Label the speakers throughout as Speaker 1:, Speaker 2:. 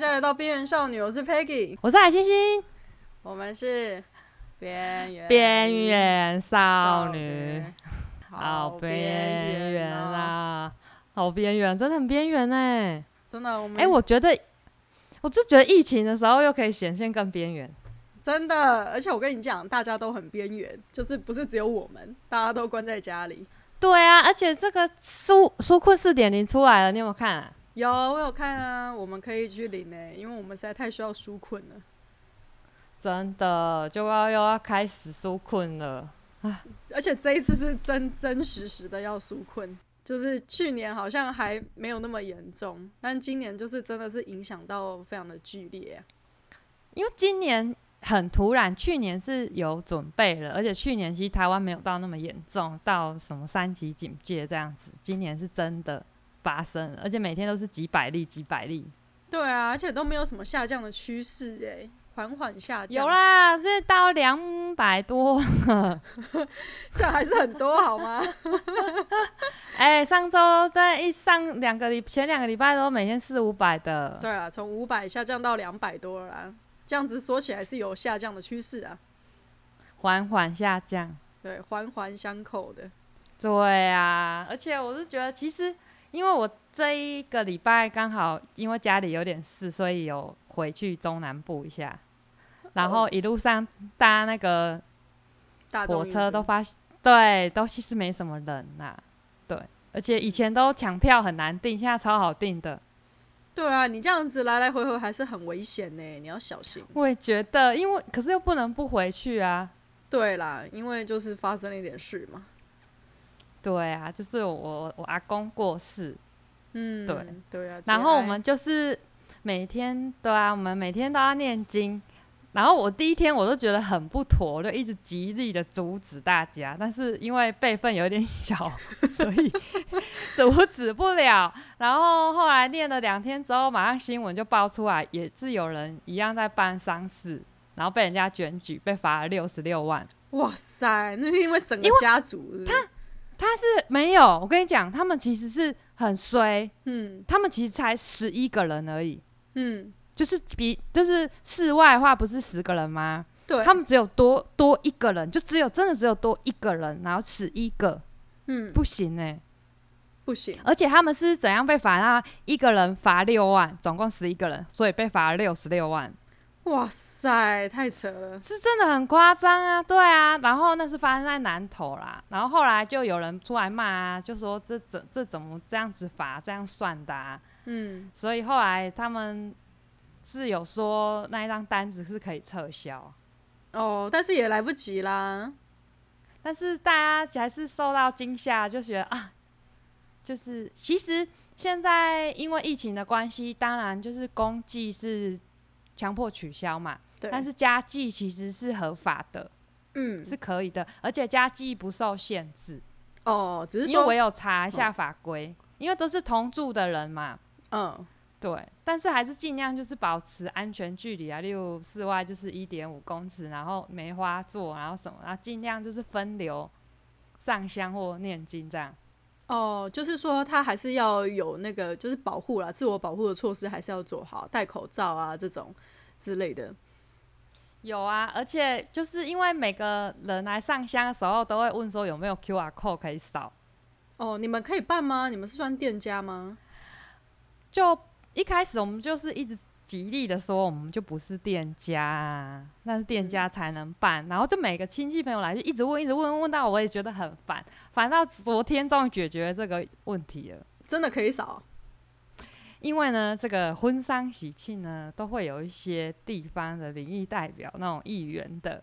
Speaker 1: 来到边缘少女，我是 Peggy，
Speaker 2: 我是海星星，
Speaker 1: 我们是边缘
Speaker 2: 边缘少女
Speaker 1: 女，，
Speaker 2: 好
Speaker 1: 边
Speaker 2: 边缘
Speaker 1: 哦！
Speaker 2: 啊，好边缘，真的很边缘哎
Speaker 1: 真的，我们
Speaker 2: 哎，我觉得，我就觉得疫情的时候又可以显现更边缘，
Speaker 1: 真的，而且我跟你讲，大家都很边缘，就是不是只有我们，大家都关在家里。
Speaker 2: 对啊，而且这个苏苏库四点零出来了，你有没有看啊？
Speaker 1: 有，我有看啊，我们可以去领呢、因为我们实在太需要纾困了。
Speaker 2: 真的就要又要开始纾困了，
Speaker 1: 而且这一次是真真实实的要纾困，就是去年好像还没有那么严重，但今年就是真的是影响到非常的剧烈啊、
Speaker 2: 因为今年很突然，去年是有准备了，而且去年其实台湾没有到那么严重，到什么三级警戒这样子，今年是真的发生了，而且每天都是几百例、几百例。
Speaker 1: 对啊，而且都没有什么下降的趋势诶，缓缓下降。
Speaker 2: 有，啦，这到两百多。
Speaker 1: 这还是很多好吗？
Speaker 2: 哎、上周在一上两个礼前两个礼拜都每天四五百的，
Speaker 1: 对啊，从五百下降到两百多了啦，这样子说起来是有下降的趋势啊。
Speaker 2: 缓缓下降。
Speaker 1: 对，环环相扣的。
Speaker 2: 对啊，而且我是觉得，其实因为我这一个礼拜刚好因为家里有点事，所以有回去中南部一下，然后一路上搭那个
Speaker 1: 大众
Speaker 2: 火
Speaker 1: 运
Speaker 2: 车
Speaker 1: 输
Speaker 2: 都发，对，都其实没什么人呐、对，而且以前都抢票很难订，现在超好订的。
Speaker 1: 对啊，你这样子来来回回还是很危险呢，你要小心。
Speaker 2: 我也觉得，因为可是又不能不回去啊。
Speaker 1: 对啦，因为就是发生了一点事嘛。
Speaker 2: 对啊，就是我我我阿公过世，
Speaker 1: 嗯，
Speaker 2: 对
Speaker 1: 对啊。
Speaker 2: 然
Speaker 1: 节
Speaker 2: 后我
Speaker 1: 哀
Speaker 2: 们就是每天，对啊，我们每天都要念经。然后我第一天我都觉得很不妥，我就一直极力的阻止大家，但是因为辈分有点 小，所以阻止不了。然后后来念了两天之后，马上新闻就爆出来，也是有人一样在办丧事，然后被人家检举，被罚了六十六万。
Speaker 1: 哇塞，那是因为整个
Speaker 2: 因
Speaker 1: 家族是不是
Speaker 2: 他是没有，我跟你讲，他们其实是很衰，
Speaker 1: 嗯
Speaker 2: 他们其实才十一个人而已，
Speaker 1: 嗯，
Speaker 2: 就是比就是室外的话，不是十个人吗？
Speaker 1: 对，
Speaker 2: 他们只有多多一个人，就只有真的只有多一个人，然后十一个
Speaker 1: 嗯
Speaker 2: 不行哎、
Speaker 1: 不行，
Speaker 2: 而且他们是怎样被罚？那一个人罚六万，总共十一个人，所以被罚六十六万，
Speaker 1: 哇塞，太扯了。
Speaker 2: 是真的很夸张啊！对啊，然后那是发生在南投啦，然后后来就有人出来骂啊，就说这怎这怎么这样子罚，这样算的啊？
Speaker 1: 嗯，
Speaker 2: 所以后来他们是有说那一张单子是可以撤销，
Speaker 1: 哦，但是也来不及啦。
Speaker 2: 但是大家还是受到惊吓，就觉得啊，就是其实现在因为疫情的关系，当然就是公祭是强迫取消嘛，
Speaker 1: 对，
Speaker 2: 但是家祭其实是合法的，
Speaker 1: 嗯，
Speaker 2: 是可以的，而且家祭不受限制，
Speaker 1: 哦，只是
Speaker 2: 因为我
Speaker 1: 说，
Speaker 2: 有查一下法规，因为都是同住的人嘛，
Speaker 1: 嗯，
Speaker 2: 对，但是还是尽量就是保持安全距离啊，例如室外就是一点五公尺，然后梅花座，然后什么，然后尽量就是分流上香或念经这样。
Speaker 1: 哦，就是说他还是要有那个，就是保护啦，自我保护的措施还是要做好，戴口罩啊这种之类的。
Speaker 2: 有啊，而且就是因为每个人来上香的时候都会问说有没有 QR code 可以扫，
Speaker 1: 哦，你们可以办吗？你们是算店家吗？
Speaker 2: 就一开始我们就是一直极力的说我们就不是店家、啊，那是店家才能办，然后就每个亲戚朋友来就一直问一直问，问到我也觉得很烦，烦到昨天终于解决这个问题了。
Speaker 1: 真的可以扫？
Speaker 2: 因为呢，这个婚丧喜庆呢，都会有一些地方的民意代表那种议员的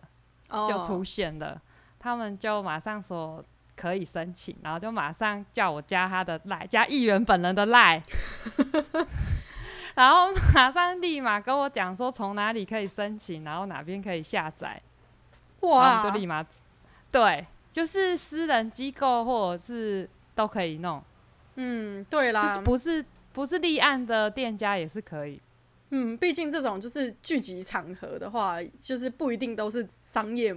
Speaker 1: 哦，
Speaker 2: 就出现了，他们就马上说可以申请，然后就马上叫我加他的赖，加议员本人的赖， 然后马上立马跟我讲说从哪里可以申请，然后哪边可以下载，然后
Speaker 1: 哇
Speaker 2: 我们就立马对，就是私人机构或者是都可以弄，
Speaker 1: 嗯，对
Speaker 2: 就
Speaker 1: 啦
Speaker 2: 是，不是不是立案的店家也是可以。
Speaker 1: 嗯，毕竟这种就是聚集场合的话，就是不一定都是商业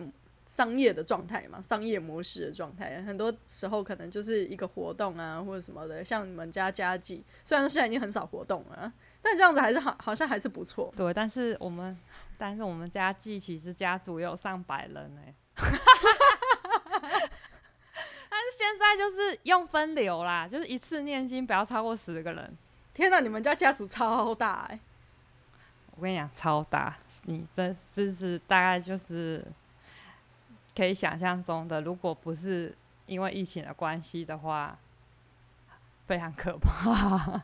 Speaker 1: 商业的状态嘛，商业模式的状态，很多时候可能就是一个活动啊，或者什么的，像你们家家祭，虽然说现在已经很少活动了，但这样子还是好，好像还是不错。
Speaker 2: 对，但是我们，但是我们家祭其实家族也有上百人呢、 但是现在就是用分流啦，就是一次念经不要超过十个人。
Speaker 1: 天哪，你们家家族超大哎、
Speaker 2: 我跟你讲，超大，你这就是大概就是可以想象中的，如果不是因为疫情的关系的话，非常可怕。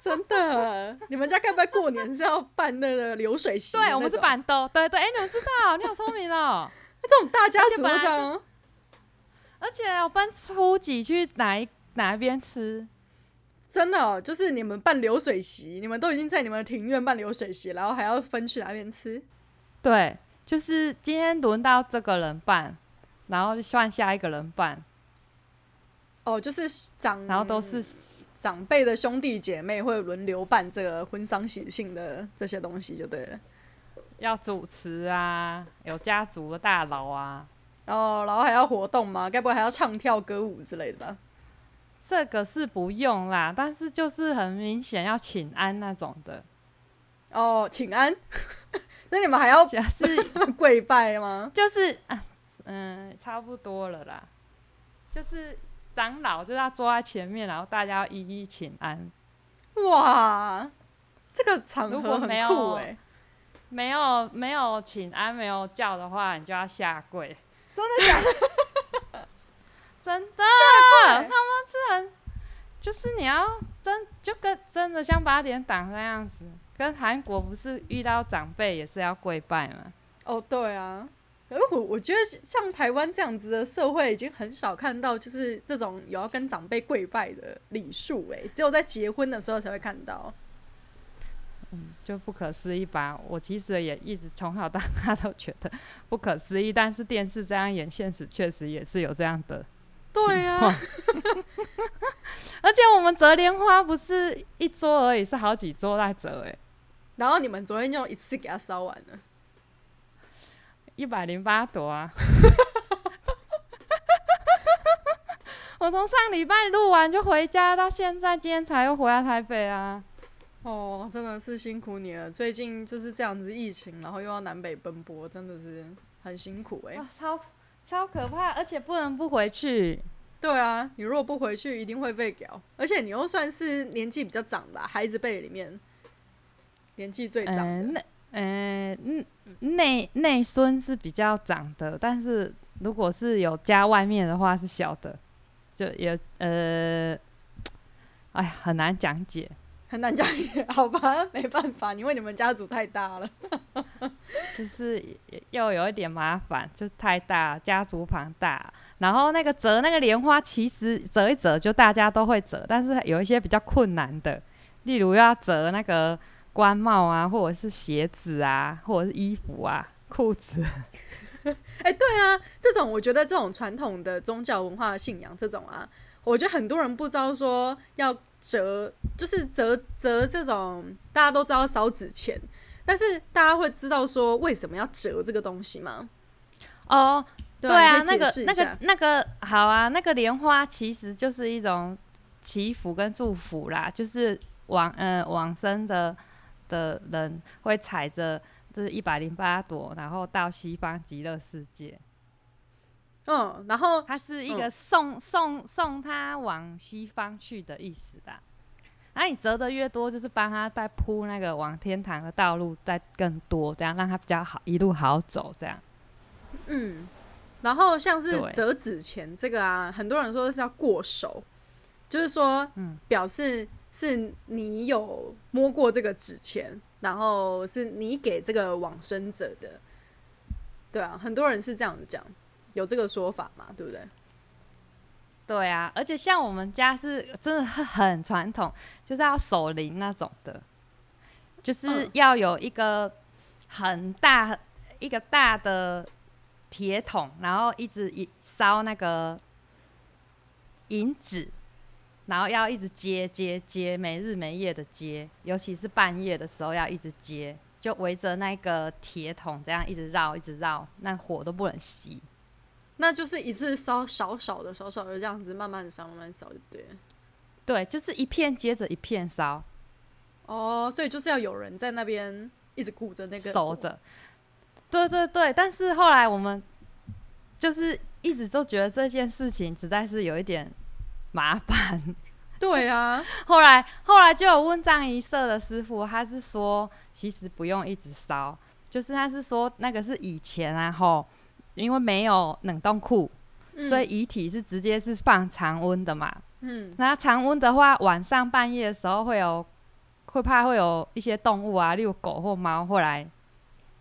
Speaker 1: 真的，你们家该不会过年是要办那个流水席？
Speaker 2: 对，我们是
Speaker 1: 办
Speaker 2: 板豆，对对，哎、你们知道，你好聪明哦、
Speaker 1: 这种大家
Speaker 2: 而且
Speaker 1: 族
Speaker 2: 本来
Speaker 1: 的这样，哦
Speaker 2: 而且有分初几去哪一哪一边吃，
Speaker 1: 真的哦、就是你们办流水席，你们都已经在你们的庭院办流水席，然后还要分去哪边吃？
Speaker 2: 对，就是今天轮到这个人办，然后就换下一个人办，
Speaker 1: 哦，就是长，
Speaker 2: 然后都是、
Speaker 1: 长辈的兄弟姐妹会轮流办这个婚丧喜庆的这些东西就对了。
Speaker 2: 要主持啊，有家族的大佬啊，
Speaker 1: 然后，然后还要活动吗？该不会还要唱跳歌舞之类的吧？
Speaker 2: 这个是不用啦，但是就是很明显要请安那种的，
Speaker 1: 哦，请安。 那你们还要
Speaker 2: 就是
Speaker 1: 跪拜吗？
Speaker 2: 就是啊，嗯，差不多了啦，就是长老就是要坐在前面，然后大家要一一请安，
Speaker 1: 哇，这个场
Speaker 2: 如
Speaker 1: 合
Speaker 2: 果
Speaker 1: 很
Speaker 2: 没有
Speaker 1: 酷哎、
Speaker 2: 没有没有请安没有叫的话，你就要下跪。 真的假的？真的，他们是很，就是你要真就跟真的像八点档那样子，跟韩国不是遇到长辈也是要跪拜吗？
Speaker 1: 哦，对啊。可是我我觉得像台湾这样子的社会，已经很少看到就是这种有要跟长辈跪拜的礼数哎，只有在结婚的时候才会看到。
Speaker 2: 就不可思议吧？我其实也一直从小到大都觉得不可思议，但是电视这样演，现实确实也是有这样的
Speaker 1: 对啊
Speaker 2: 情况。而且我们折莲花不是一桌而已，是好几桌在折、欸，
Speaker 1: 然后你们昨天就一次给它烧完了，
Speaker 2: 一百零八朵 啊！我从上礼拜录完就回家，到现在今天才又回来台北啊。
Speaker 1: 哦，真的是辛苦你了。最近就是这样子疫情，然后又要南北奔波，真的是很辛苦哎、
Speaker 2: 哇，超超可怕，而且不能不回去。
Speaker 1: 对啊，你如果不回去，一定会被屌。而且你又算是年纪比较长吧，孩子辈里面年纪最长的。
Speaker 2: 嗯，内呃嗯内内孙是比较长的，但是如果是有加外面的话是小的，就也呃，哎呀很难讲解。
Speaker 1: 很难讲解，好吧，没办法，因为你们家族太大了。
Speaker 2: 就是也又有一点麻烦，就太大，家族庞大。然后那个折那个莲花，其实折一折就大家都会折，但是有一些比较困难的，例如要折那个官帽啊，或者是鞋子啊，或者是衣服啊、裤子。
Speaker 1: 哎、对啊，这种我觉得这种传统的宗教文化信仰这种啊，我觉得很多人不知道说要折，就是折折这种大家都知道烧纸钱，但是大家会知道说为什么要折这个东西吗？
Speaker 2: 哦，对啊，
Speaker 1: 你可
Speaker 2: 那
Speaker 1: 以解
Speaker 2: 个
Speaker 1: 释一
Speaker 2: 那
Speaker 1: 下
Speaker 2: 个那个好啊，那个莲花其实就是一种祈福跟祝福啦，就是往呃往生的的人会踩着这一百零八朵，然后到西方极乐世界。
Speaker 1: 嗯，然后
Speaker 2: 它是一个送、送送他往西方去的意思啦。那你折的越多，就是帮他在铺那个往天堂的道路，再更多，这样让他比较好一路好走，这样。
Speaker 1: 嗯，然后像是
Speaker 2: 对
Speaker 1: 折纸钱这个啊，很多人说是要过手，就是说，
Speaker 2: 嗯
Speaker 1: 表示是你有摸过这个纸钱，然后是你给这个往生者的，对啊，很多人是这样子讲，有这个说法嘛，对不对？
Speaker 2: 对啊，而且像我们家是真的很传统，就是要守灵那种的，就是
Speaker 1: 嗯
Speaker 2: 要有一个很大一个大的铁桶，然后一直一烧那个银纸，然后要一直接接接，没日没夜的接，尤其是半夜的时候要一直接，就围着那个铁桶这样一直绕，一直绕，那火都不能熄。
Speaker 1: 那就是一次烧少少的，少少的这样子，慢慢的烧，慢慢地烧，就对了。
Speaker 2: 对，就是一片接着一片烧，
Speaker 1: 哦，所以就是要有人在那边一直顾着那个
Speaker 2: 守着。对对对，但是后来我们就是一直都觉得这件事情实在是有一点麻烦，
Speaker 1: 火。对啊，
Speaker 2: 后来后来就有问藏仪社的师傅，他是说其实不用一直烧，就是他是说那个是以前啊吼，因为没有冷冻库，
Speaker 1: 嗯
Speaker 2: 所以遗体是直接是放常温的嘛。
Speaker 1: 嗯，
Speaker 2: 那常温的话，晚上半夜的时候会有会怕会有一些动物啊，例如狗或猫会来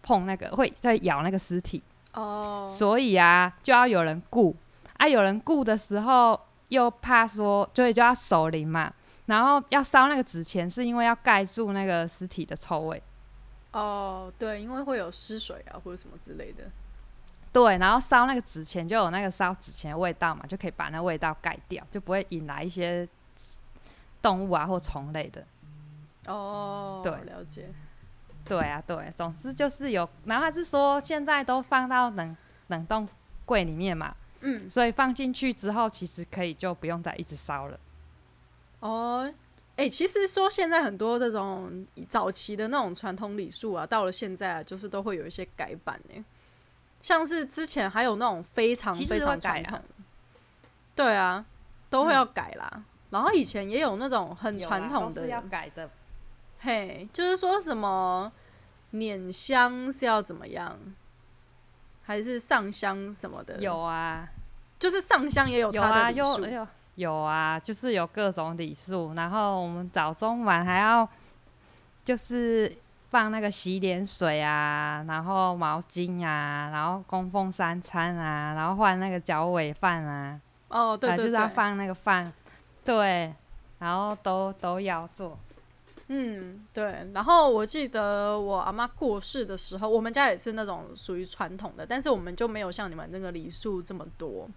Speaker 2: 碰那个，会在咬那个尸体。
Speaker 1: 哦，
Speaker 2: 所以啊，就要有人雇啊，有人雇的时候又怕说，所以就要守灵嘛。然后要烧那个纸钱，是因为要盖住那个尸体的臭味。
Speaker 1: 哦，对，因为会有湿水啊或者什么之类的。
Speaker 2: 对，然后烧那个纸钱就有那个烧纸钱的味道嘛，就可以把那味道盖掉，就不会引来一些动物啊或虫类的。
Speaker 1: 哦，
Speaker 2: 对
Speaker 1: 了解。
Speaker 2: 对啊，对，总之就是有。然后他是说现在都放到冷冷冻柜里面嘛，
Speaker 1: 嗯，
Speaker 2: 所以放进去之后，其实可以就不用再一直烧了。
Speaker 1: 哦，哎、其实说现在很多这种早期的那种传统礼数啊，到了现在啊，就是都会有一些改版呢、像是之前还有那种非常
Speaker 2: 其实
Speaker 1: 非
Speaker 2: 会
Speaker 1: 常
Speaker 2: 改
Speaker 1: 传统
Speaker 2: 啊嗯
Speaker 1: 的，对啊，都会要改啦。然后以前也有那种很传统的
Speaker 2: 啊是要改的
Speaker 1: 嘿，就是说什么捻香是要怎么样，还是上香什么的？
Speaker 2: 有，啊，
Speaker 1: 就是上香也有
Speaker 2: 有
Speaker 1: 它的
Speaker 2: 啊，
Speaker 1: 礼数
Speaker 2: 有有有啊，就是有各种礼数，然后我们早中晚还要就是放那个洗脸水啊，然后毛巾啊，然后供奉三餐啊，然后换那个脚尾饭啊，
Speaker 1: 哦，对
Speaker 2: 啊
Speaker 1: 对
Speaker 2: 就是
Speaker 1: 对，
Speaker 2: 要放那个饭，对，然后都都要做，
Speaker 1: 嗯，对。然后我记得我阿妈过世的时候，我们家也是那种属于传统的，但是我们就没有像你们那个礼数这么多。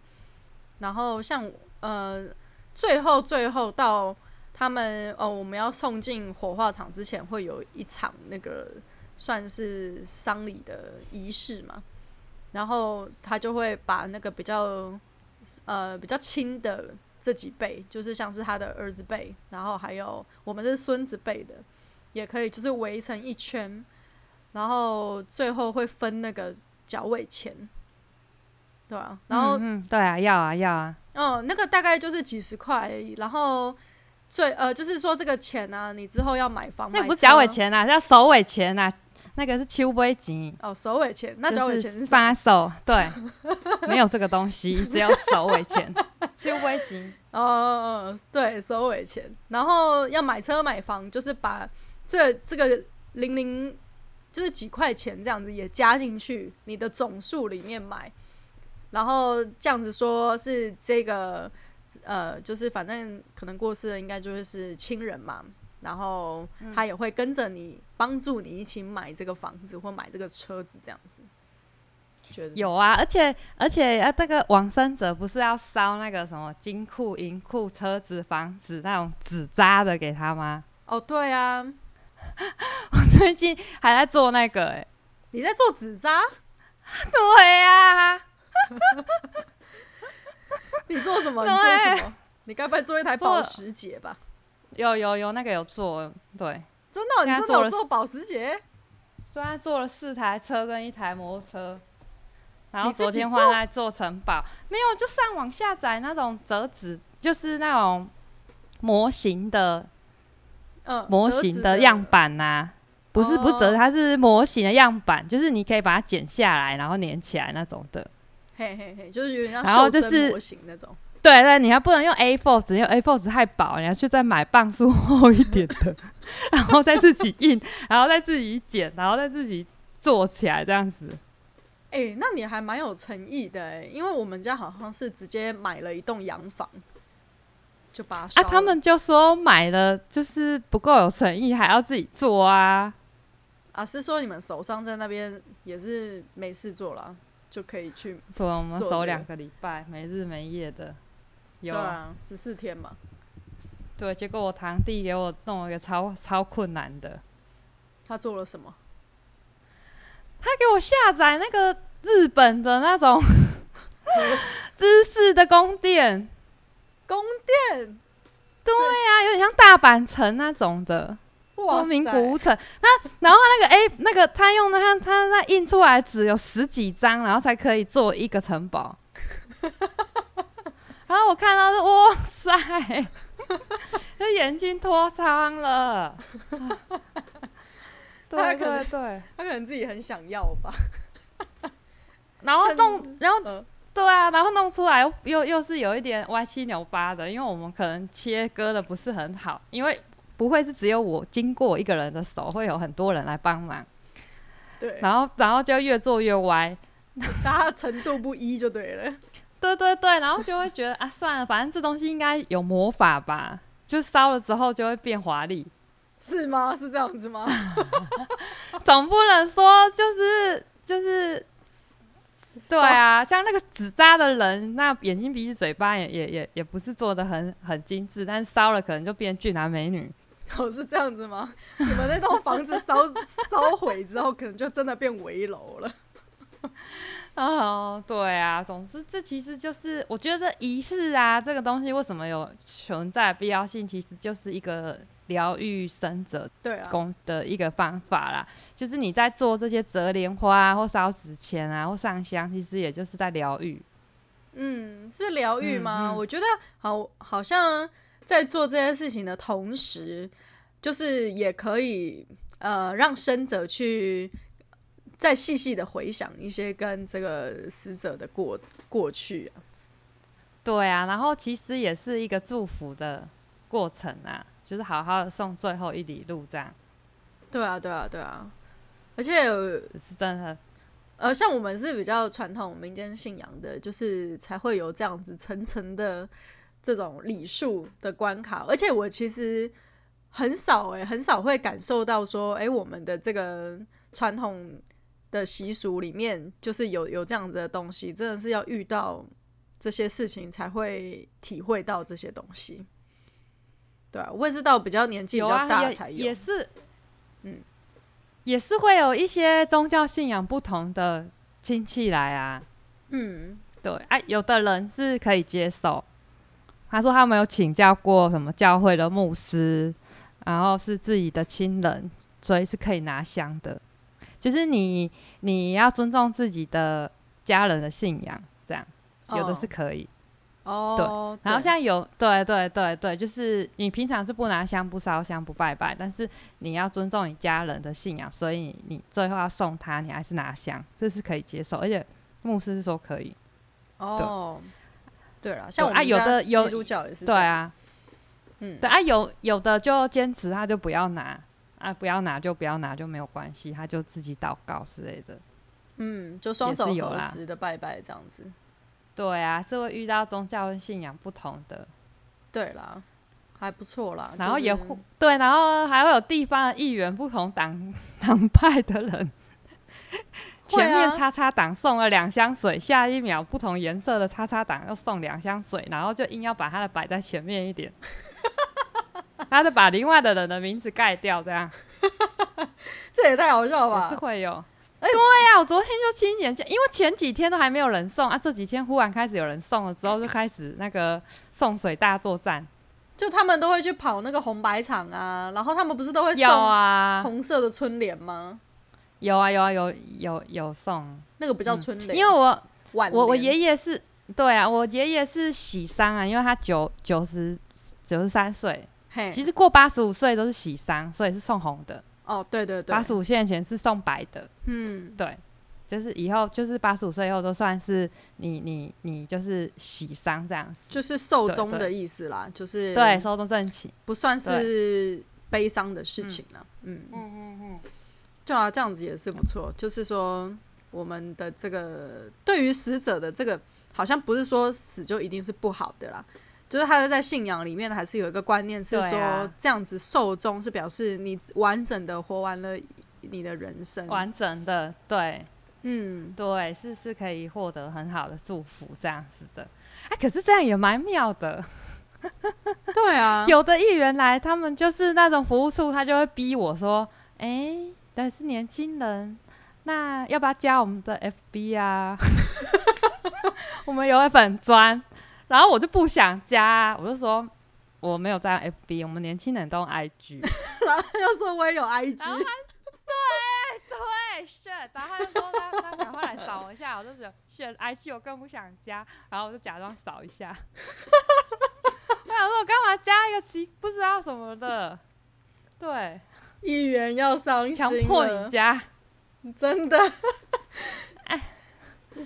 Speaker 1: 然后像呃，最后最后到他们哦，我们要送进火化场之前，会有一场那个算是丧礼的仪式嘛。然后他就会把那个比较呃比较亲的这几辈，就是像是他的儿子辈，然后还有我们是孙子辈的，也可以就是围成一圈，然后最后会分那个脚尾钱，对啊，然后
Speaker 2: 嗯嗯，对啊，要啊要啊，
Speaker 1: 哦，那个大概就是几十块而已。然后最呃，就是说这个钱啊，你之后要买房，
Speaker 2: 那
Speaker 1: 买
Speaker 2: 不是
Speaker 1: 车
Speaker 2: 脚尾钱啊，叫手尾钱啊，那个是秋杯钱。
Speaker 1: 哦，首尾钱。那脚尾钱
Speaker 2: 就是
Speaker 1: 什么
Speaker 2: 发手，对， 没有这个东西，只有手 尾钱，就围巾。
Speaker 1: 哦哦，哦对，首尾钱。然后要买车买房，就是把这这个零零就是几块钱这样子也加进去你的总数里面买，然后这样子说是这个呃，就是反正可能过世的应该就会是亲人嘛，然后他也会跟着你帮助你一起买这个房子或买这个车子这样子。觉得
Speaker 2: 有啊，而且而且啊，这个往生者不是要烧那个什么金库、银库、车子、房子那种纸扎的给他吗？
Speaker 1: 哦，对啊，
Speaker 2: 我最近还在做那个、欸，
Speaker 1: 你在做纸扎，
Speaker 2: 对啊，
Speaker 1: 你做什么？你
Speaker 2: 对
Speaker 1: 做什么？你该不会做一台
Speaker 2: 做
Speaker 1: 保时捷吧？
Speaker 2: 有有有那个有做，对，
Speaker 1: 真的哦、你真
Speaker 2: 现在
Speaker 1: 的
Speaker 2: 做
Speaker 1: 有
Speaker 2: 了
Speaker 1: 做
Speaker 2: 四
Speaker 1: 保时捷？
Speaker 2: 所以他做了四台车跟一台摩托车，然后
Speaker 1: 你自己
Speaker 2: 昨天
Speaker 1: 做
Speaker 2: 换来做城堡，没有就上网下载那种折纸，就是那种模型的
Speaker 1: 嗯，
Speaker 2: 模
Speaker 1: 折
Speaker 2: 型
Speaker 1: 纸
Speaker 2: 的样板呐、不是不是折
Speaker 1: 哦
Speaker 2: 纸，它是模型的样板，就是你可以把它剪下来，然后粘起来那种的。
Speaker 1: 嘿嘿嘿，就是有点像
Speaker 2: 然后
Speaker 1: 袖
Speaker 2: 就
Speaker 1: 珍
Speaker 2: 是
Speaker 1: 模型那种。
Speaker 2: 对对，你还不能用 A4 纸，因为 A4 纸太薄，你要去再买磅数厚一点的， 然后再自己印，然后再自己剪，然后再自己做起来这样子。
Speaker 1: 哎、那你还蛮有诚意的哎、因为我们家好像是直接买了一栋洋房，就把它烧
Speaker 2: 啊，
Speaker 1: 了
Speaker 2: 他们就说买了就是不够有诚意，还要自己做啊。
Speaker 1: 啊是说你们手上在那边也是没事做了，就可以去
Speaker 2: 对，我们
Speaker 1: 做这
Speaker 2: 守
Speaker 1: 个
Speaker 2: 两个礼拜，没日没夜的。有
Speaker 1: 对啊十四天嘛。
Speaker 2: 对，结果我堂弟给我弄了一个超超困难的，
Speaker 1: 他做了什么？
Speaker 2: 他给我下载那个日本的那 种知识的宫殿，
Speaker 1: 宫殿
Speaker 2: 对呀、有点像大阪城那种的，
Speaker 1: 哇
Speaker 2: 光
Speaker 1: 塞，
Speaker 2: 明古屋城。他然后他那个 A 那个他用的他他那印出来纸有十几张，然后才可以做一个 城堡。然后我看到是哇塞，那眼睛脱伤 了。
Speaker 1: 他
Speaker 2: 对
Speaker 1: 可能
Speaker 2: 对对，
Speaker 1: 他可能自己很想要吧。
Speaker 2: 然后
Speaker 1: 真
Speaker 2: 弄，然后
Speaker 1: 嗯
Speaker 2: 对啊，然后弄出来又又又是有一点歪七扭八的，因为我们可能切割的不是很好，因为不会是只有我经过我一个人的手，会有很多人来帮忙，
Speaker 1: 对，
Speaker 2: 然后然后就越做越歪。
Speaker 1: 大家程度不一就对了。
Speaker 2: 对对对，然后就会觉得啊， 算了，反正这东西应该有魔法吧，就烧了之后就会变华丽，
Speaker 1: 是吗？是这样子吗？
Speaker 2: 总不能说就是就是， 对啊，像那个纸扎的人，那眼睛、鼻子、嘴巴也也也也不是做的很很精致，但是烧了可能就变俊男美女。
Speaker 1: 哦，是这样子吗？ 你们那栋房子烧烧毁之后，可能就真的变危楼 了。
Speaker 2: 哦，对啊，总之这其实就是我觉得仪式啊这个东西为什么有存在的必要性，其实就是一个疗愈生者
Speaker 1: 对啊，
Speaker 2: 工的一个方法啦，就是你在做这些折莲花、啊、或烧纸钱啊或上香，其实也就是在疗愈。
Speaker 1: 嗯，是疗愈吗？
Speaker 2: 嗯嗯
Speaker 1: 我觉得好，好像在做这些事情的同时，就是也可以呃，让生者去再细细的回想一些跟这个死者的过过去、啊。
Speaker 2: 对啊，然后其实也是一个祝福的过程啊，就是好好的送最后一里路这样，
Speaker 1: 对啊，对啊，对啊。而且
Speaker 2: 只是真的
Speaker 1: 呃，像我们是比较传统民间信仰的，就是才会有这样子层层的这种礼数的关卡。而且我其实很少诶、很少会感受到说，诶、我们的这个传统的习俗里面，就是有有这样子的东西，真的是要遇到这些事情才会体会到这些东西。对啊，我也是到比较年纪比
Speaker 2: 有
Speaker 1: 较
Speaker 2: 啊，
Speaker 1: 大
Speaker 2: 也
Speaker 1: 才
Speaker 2: 也是，
Speaker 1: 嗯
Speaker 2: 嗯，也是会有一些宗教信仰不同的亲戚来啊，
Speaker 1: 嗯，
Speaker 2: 对啊，有的人是可以接受，他说他们有请教过什么教会的牧师，然后是自己的亲人，所以是可以拿香的，就是你你要尊重自己的家人的信仰，这样有的是可以。
Speaker 1: 哦，
Speaker 2: 然后
Speaker 1: 对
Speaker 2: 像有对对对对，就是你平常是不拿香、不烧香、不拜拜，但是你要尊重你家人的信仰，所以你你最后要送他，你还是拿香，这是可以接受，而且牧师是说可以。
Speaker 1: 哦，对了，像我
Speaker 2: 啊
Speaker 1: 们
Speaker 2: 有
Speaker 1: 家
Speaker 2: 的有
Speaker 1: 基督教也是这
Speaker 2: 对
Speaker 1: 样，
Speaker 2: 啊，
Speaker 1: 嗯，
Speaker 2: 对啊，有有的就坚持他就不要拿啊，不要拿就不要拿就没有关系，他就自己祷告之类的。
Speaker 1: 嗯，就双手
Speaker 2: 也是有
Speaker 1: 合
Speaker 2: 啦
Speaker 1: 十的拜拜这样子，
Speaker 2: 对啊，是会遇到宗教信仰不同的，
Speaker 1: 对啦，还不错啦，
Speaker 2: 然后
Speaker 1: 啊就是
Speaker 2: 也会、对，然后还会有地方的议员不同党党派的人。
Speaker 1: 会
Speaker 2: 前面
Speaker 1: 啊
Speaker 2: 叉叉党送了两箱水，下一秒不同颜色的叉叉党又送两箱水，然后就硬要把它的摆在前面 一点，他就把另外的人的名字盖掉，这样
Speaker 1: 这也太好笑了
Speaker 2: 也是
Speaker 1: 吧？
Speaker 2: 会有。
Speaker 1: 哎
Speaker 2: 对啊呀、我昨天就亲眼见，因为前几天都还没有人送啊，这几天忽然开始有人送了之后，就开始那个送水大作战，
Speaker 1: 就他们都会去跑那个红白场啊，然后他们不是都会
Speaker 2: 有
Speaker 1: 送
Speaker 2: 啊，
Speaker 1: 红色的春联吗？
Speaker 2: 有啊，有啊，有有有送，
Speaker 1: 那个不叫春联，
Speaker 2: 嗯因为我
Speaker 1: 晚
Speaker 2: 我我
Speaker 1: 联
Speaker 2: 爷爷是，对啊，我爷爷是喜丧啊，因为他九九十九十三岁，
Speaker 1: 嘿，
Speaker 2: 其实过八十五岁都是喜丧，所以是送红的。
Speaker 1: 哦，对对对
Speaker 2: 八，十五岁前是送白的，
Speaker 1: 嗯，
Speaker 2: 对，就是以后就是八十五岁以后都算是你你你就是喜丧这样子，
Speaker 1: 就是寿终
Speaker 2: 对对
Speaker 1: 的意思啦，就是
Speaker 2: 对，，寿终正寝。
Speaker 1: 不算是悲伤的事情了，嗯
Speaker 2: 嗯嗯嗯，
Speaker 1: 对啊，这样子也是不错。就是说，我们的这个对于死者的这个，好像不是说死就一定是不好的啦。就是他在信仰里面还是有一个观念，是
Speaker 2: 对
Speaker 1: 说
Speaker 2: 啊
Speaker 1: 这样子寿终是表示你完整的活完了你的人生。
Speaker 2: 完整的，对
Speaker 1: 嗯，
Speaker 2: 对，是是可以获得很好的祝福这样子的。哎、可是这样也蛮妙的。
Speaker 1: 对啊，
Speaker 2: 有的议员来，他们就是那种服务处，他就会逼我说：“哎、但是年轻人，那要不要加我们的 FB 啊？ 我们有粉砖，然后我就不想加啊，我就说我没有在用 FB，我们年轻人都用 IG。
Speaker 1: 然后他又说我也有
Speaker 2: 然后
Speaker 1: IG，
Speaker 2: 他对对是，然后他就说他他赶快来扫我一下，我就想选 IG 我更不想加，然后我就假装扫一下。 我想说，我干嘛加一个奇不知道什么的？对，
Speaker 1: 议员要伤
Speaker 2: 强
Speaker 1: 心
Speaker 2: 迫你
Speaker 1: 了，
Speaker 2: 加，
Speaker 1: 真 的，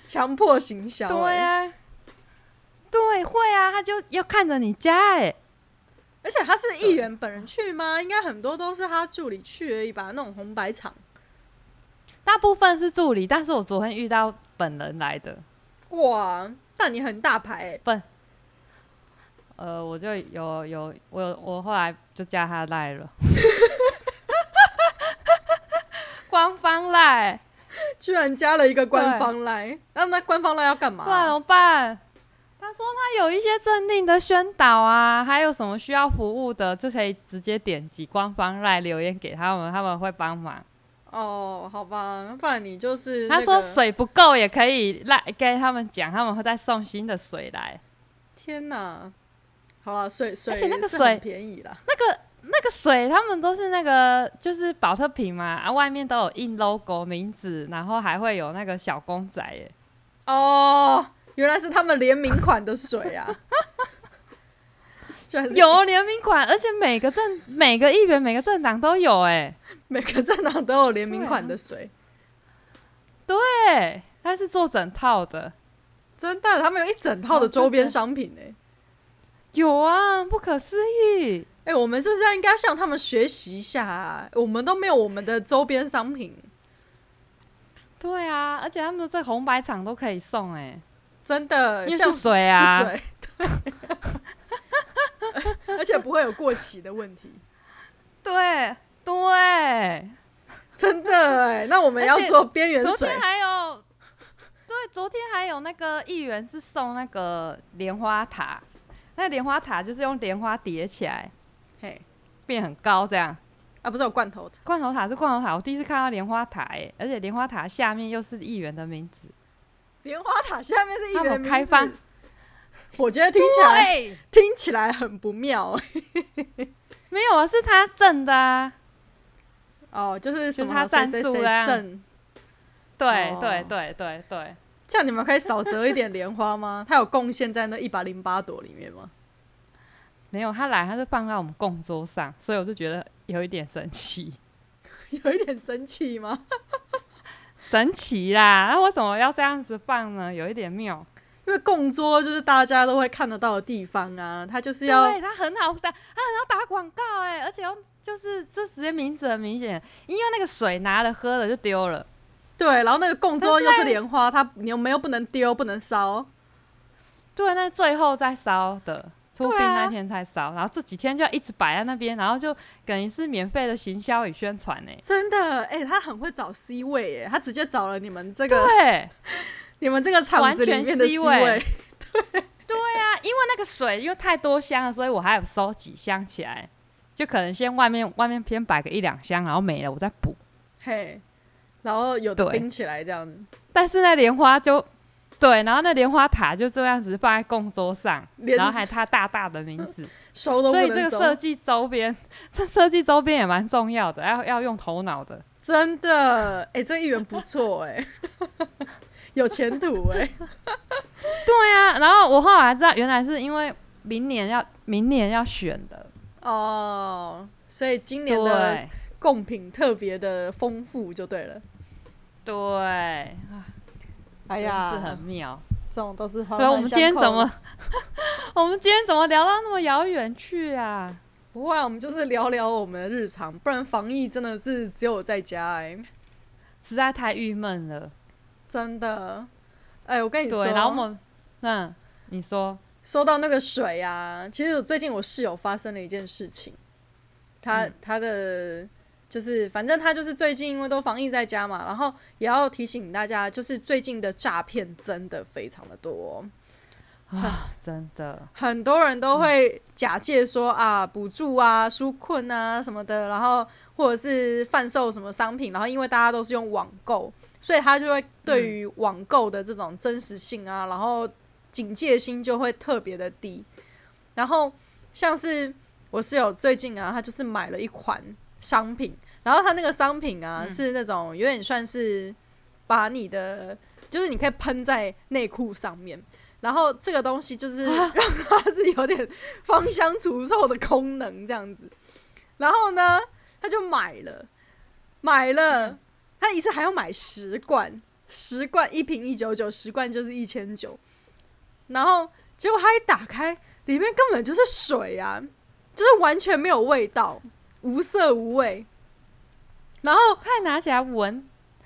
Speaker 1: 强迫行销、
Speaker 2: 哎对
Speaker 1: 哎
Speaker 2: 啊，对，会啊，他就要看着你加、哎，
Speaker 1: 而且他是议员本人去吗？应该很多都是他助理去而已吧，那种红白场。
Speaker 2: 大部分是助理，但是我昨天遇到本人来的，
Speaker 1: 哇，那你很大牌、欸，
Speaker 2: 呃，我就有有我有我后来就加他赖了， 官方赖，
Speaker 1: 居然加了一个官方来，那那官方来要干嘛、
Speaker 2: 不然怎么办？他说他有一些政令的宣导啊，还有什么需要服务的，就可以直接点击官方赖留言给他们，他们会帮忙。
Speaker 1: 哦，好吧，不然你就是、那
Speaker 2: 他
Speaker 1: 个
Speaker 2: 说水不够也可以赖跟他们讲，他们会再送新的水来。
Speaker 1: 天哪，好了，水水
Speaker 2: 而且那个
Speaker 1: 是
Speaker 2: 水
Speaker 1: 很便宜啦，
Speaker 2: 那个那个水，他们都是那个就是保特瓶嘛，啊，外面都有印 logo 名字，然后还会有那个小公仔耶。
Speaker 1: 哦，原来是他们联名款的水 啊，居然是
Speaker 2: 有哦联名款，而且每个政每个议员每个政党都有哎。
Speaker 1: 每个政党都有联名款的水，
Speaker 2: 啊对，它是做整套的。
Speaker 1: 真的，他们有一整套的周
Speaker 2: 哦真
Speaker 1: 边
Speaker 2: 的
Speaker 1: 商品呢、欸。
Speaker 2: 有啊，不可思议！
Speaker 1: 哎、我们是不是应该向他们学习一下、啊？我们都没有我们的周边商品，
Speaker 2: 对啊，而且他们的这红白场都可以送哎、
Speaker 1: 真的，
Speaker 2: 因为
Speaker 1: 呃像
Speaker 2: 是水啊，
Speaker 1: 是水，对， 而且不会有过期的问题，
Speaker 2: 对对，
Speaker 1: 真的哎、那我们要
Speaker 2: 而且
Speaker 1: 做边缘
Speaker 2: 昨
Speaker 1: 水
Speaker 2: 天还有，对，昨天还有那个议员是送那个莲花塔，那莲花塔就是用莲花叠起来
Speaker 1: 嘿
Speaker 2: 变很高这样。
Speaker 1: 啊，不是有罐头
Speaker 2: 罐头塔是罐头塔，我第一次看到莲花塔哎、而且莲花塔下面又是议员的名字，
Speaker 1: 莲花塔下面是一
Speaker 2: 他
Speaker 1: 元
Speaker 2: 们开放，
Speaker 1: 我觉得听起来
Speaker 2: 对，
Speaker 1: 听起来很不妙欸
Speaker 2: 没有啊，是他挣的啊，
Speaker 1: 哦，就是什
Speaker 2: 就是
Speaker 1: 么
Speaker 2: 他
Speaker 1: 谁
Speaker 2: 赞
Speaker 1: 谁
Speaker 2: 助
Speaker 1: 谁
Speaker 2: 的啊
Speaker 1: 赠，
Speaker 2: 对
Speaker 1: 哦
Speaker 2: 对对对对，
Speaker 1: 这样你们可以少折一点莲花吗？它有贡献在那一百零八朵里面吗？
Speaker 2: 没有他来，他就放在我们供桌上，所以我就觉得有一点神奇，
Speaker 1: 有一点生气吗？
Speaker 2: 神奇啦，那为什么要这样子放呢？有一点妙。
Speaker 1: 因为供桌就是大家都会看得到的地方啊，它就是要
Speaker 2: 对，他很好打，他很好打广告哎、而且要就是就直接名字很明显，因为那个水拿了喝了就丢了，
Speaker 1: 对，然后那个供桌又是莲花，它你又没有不能丢不能烧，
Speaker 2: 对，那最后再烧的，出
Speaker 1: 对
Speaker 2: 殡
Speaker 1: 啊
Speaker 2: 那天才烧，然后这几天就要一直摆在那边，然后就等于是免费的行销与宣传哎、
Speaker 1: 真的哎、他很会找 C 位哎、他直接找了你们这个
Speaker 2: 对
Speaker 1: 你们这个厂子里面的
Speaker 2: 完全
Speaker 1: C
Speaker 2: C
Speaker 1: 位
Speaker 2: 位，对啊，因为那个水因为太多箱了，所以我还有收几箱起来，就可能先外面外面先摆个一两箱，然后没了我再补。
Speaker 1: 嘿，然后有的
Speaker 2: 对
Speaker 1: 冰起来这样子。
Speaker 2: 但是那莲花就对，然后那莲花塔就这样子放在供桌上，
Speaker 1: 莲
Speaker 2: 然后还他大大的名字，
Speaker 1: 收都不
Speaker 2: 所以
Speaker 1: 能
Speaker 2: 这个
Speaker 1: 收
Speaker 2: 设计周边，这设计周边也蛮重要的，要要用头脑的。
Speaker 1: 真的，哎、这议员不错 哎、有前途哎、
Speaker 2: 对啊，然后我后来知道，原来是因为明年要明年要选的，
Speaker 1: 哦，所以今年的
Speaker 2: 对
Speaker 1: 贡品特别的丰富就对了。
Speaker 2: 对，
Speaker 1: 哎
Speaker 2: 真的是很
Speaker 1: 呀，
Speaker 2: 妙。
Speaker 1: 这种都是环
Speaker 2: 对，啊我们
Speaker 1: 环
Speaker 2: 今天
Speaker 1: 相扣
Speaker 2: 怎么， 我们今天怎么聊到那么遥远去啊？
Speaker 1: 不会、啊？我们就是聊聊我们的日常，不然防疫真的是只有在家哎、
Speaker 2: 实在太郁闷了。
Speaker 1: 真的。哎、我跟你说，
Speaker 2: 对，然后我们，嗯，你说，
Speaker 1: 说到那个水啊，其实我最近我室友发生了一件事情，他、
Speaker 2: 嗯
Speaker 1: 他的就是反正他就是最近因为都防疫在家嘛，然后也要提醒大家，就是最近的诈骗真的非常的多，哦
Speaker 2: 真的，
Speaker 1: 很多人都会假借说啊补助啊、纾困啊什么的，然后或者是贩售什么商品，然后因为大家都是用网购，所以他就会对于网购的这种真实性啊，然后警戒心就会特别的低。然后像是我室友最近啊，他就是买了一款商品，然后他那个商品啊、是那种有点算是把你的，就是你可以喷在内裤上面。然后这个东西就是让它是有点芳香除臭的功能这样子，然后呢，他就买了，买了，他一次还要买十罐，十罐一瓶一九九，十罐就是一千九。然后结果他一打开，里面根本就是水啊，就是完全没有味道，无色无味。然后
Speaker 2: 他拿起来闻，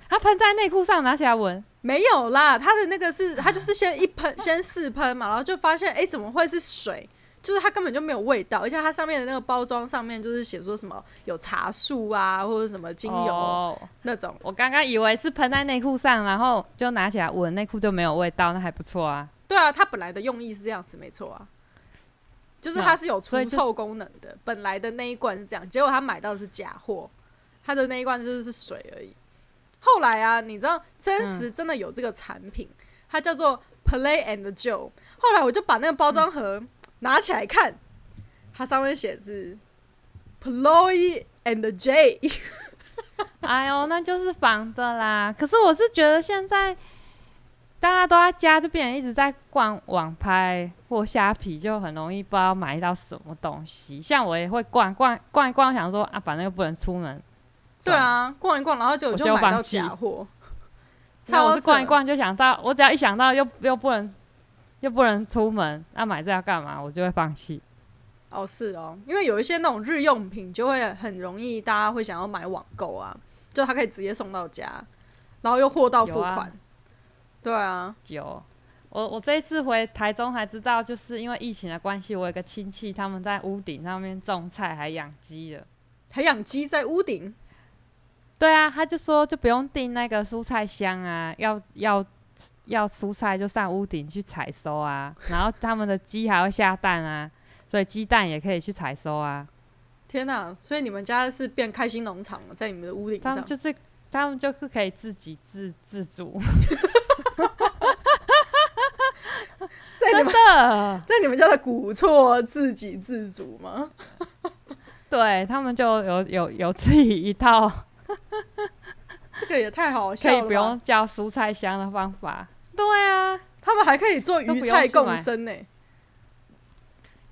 Speaker 2: 他喷在内裤上，拿起来闻，
Speaker 1: 没有啦，他的那个是他就是先一喷，先试喷嘛，然后就发现哎、诶怎么会是水？就是它根本就没有味道，而且它上面的那个包装上面就是写说什么有茶树啊，或者什么精油、
Speaker 2: 哦
Speaker 1: 那种。
Speaker 2: 我刚刚以为是喷在内裤上，然后就拿起来闻，内裤就没有味道，那还不错啊。
Speaker 1: 对啊，它本来的用意是这样子，没错啊，就是它是有除
Speaker 2: 所以就是
Speaker 1: 臭功能的。本来的那一罐是这样，结果他买到的是假货，他的那一罐就是水而已。后来啊，你知道真
Speaker 2: 嗯
Speaker 1: 实真的有这个产品，它叫做 Play and Joe。后来我就把那个包装盒拿起来看，它上面写是 Ploy and J。
Speaker 2: 哎呦，那就是仿的啦。可是我是觉得现在大家都在家，就变成一直在逛网拍或虾皮，就很容易不知道买到什么东西。像我也会逛逛逛一逛，想说啊，反正又不能出门，
Speaker 1: 对啊，逛一逛，然后就
Speaker 2: 我
Speaker 1: 就
Speaker 2: 就
Speaker 1: 买
Speaker 2: 放
Speaker 1: 到
Speaker 2: 弃
Speaker 1: 假货，
Speaker 2: 那啊我
Speaker 1: 超
Speaker 2: 是逛一
Speaker 1: 扯
Speaker 2: 逛就想到，我只要一想到又又不能又不能出门，那、买这要干嘛？我就会放弃。
Speaker 1: 哦，是哦，因为有一些那种日用品就会很容易，大家会想要买网购啊，就它可以直接送到家，然后又货到付
Speaker 2: 有啊
Speaker 1: 款。对啊，
Speaker 2: 有，我我这一次回台中还知道，就是因为疫情的关系，我有一个亲戚他们在屋顶上面种菜，还养鸡了。
Speaker 1: 还养鸡在屋顶，
Speaker 2: 对啊，他就说就不用订那个蔬菜箱啊，要要要蔬菜就上屋顶去采收啊，然后他们的鸡还会下蛋啊，所以鸡蛋也可以去采收啊。
Speaker 1: 天哪、所以你们家是变开心农场了，在你们的屋顶
Speaker 2: 他
Speaker 1: 上
Speaker 2: 们。就是他们就是可以自给自自足，
Speaker 1: 哎在你
Speaker 2: 真
Speaker 1: 们
Speaker 2: 的。
Speaker 1: 在你们家的古厝自给自足吗？
Speaker 2: 对他们就有有有自己一套
Speaker 1: 这个也太好
Speaker 2: 可
Speaker 1: 笑
Speaker 2: 以
Speaker 1: 了
Speaker 2: 不
Speaker 1: 吧！
Speaker 2: 用叫蔬菜箱的方法。对啊，
Speaker 1: 他们还可以做
Speaker 2: 都
Speaker 1: 鱼
Speaker 2: 不用
Speaker 1: 菜
Speaker 2: 去
Speaker 1: 共
Speaker 2: 买
Speaker 1: 生欸呢、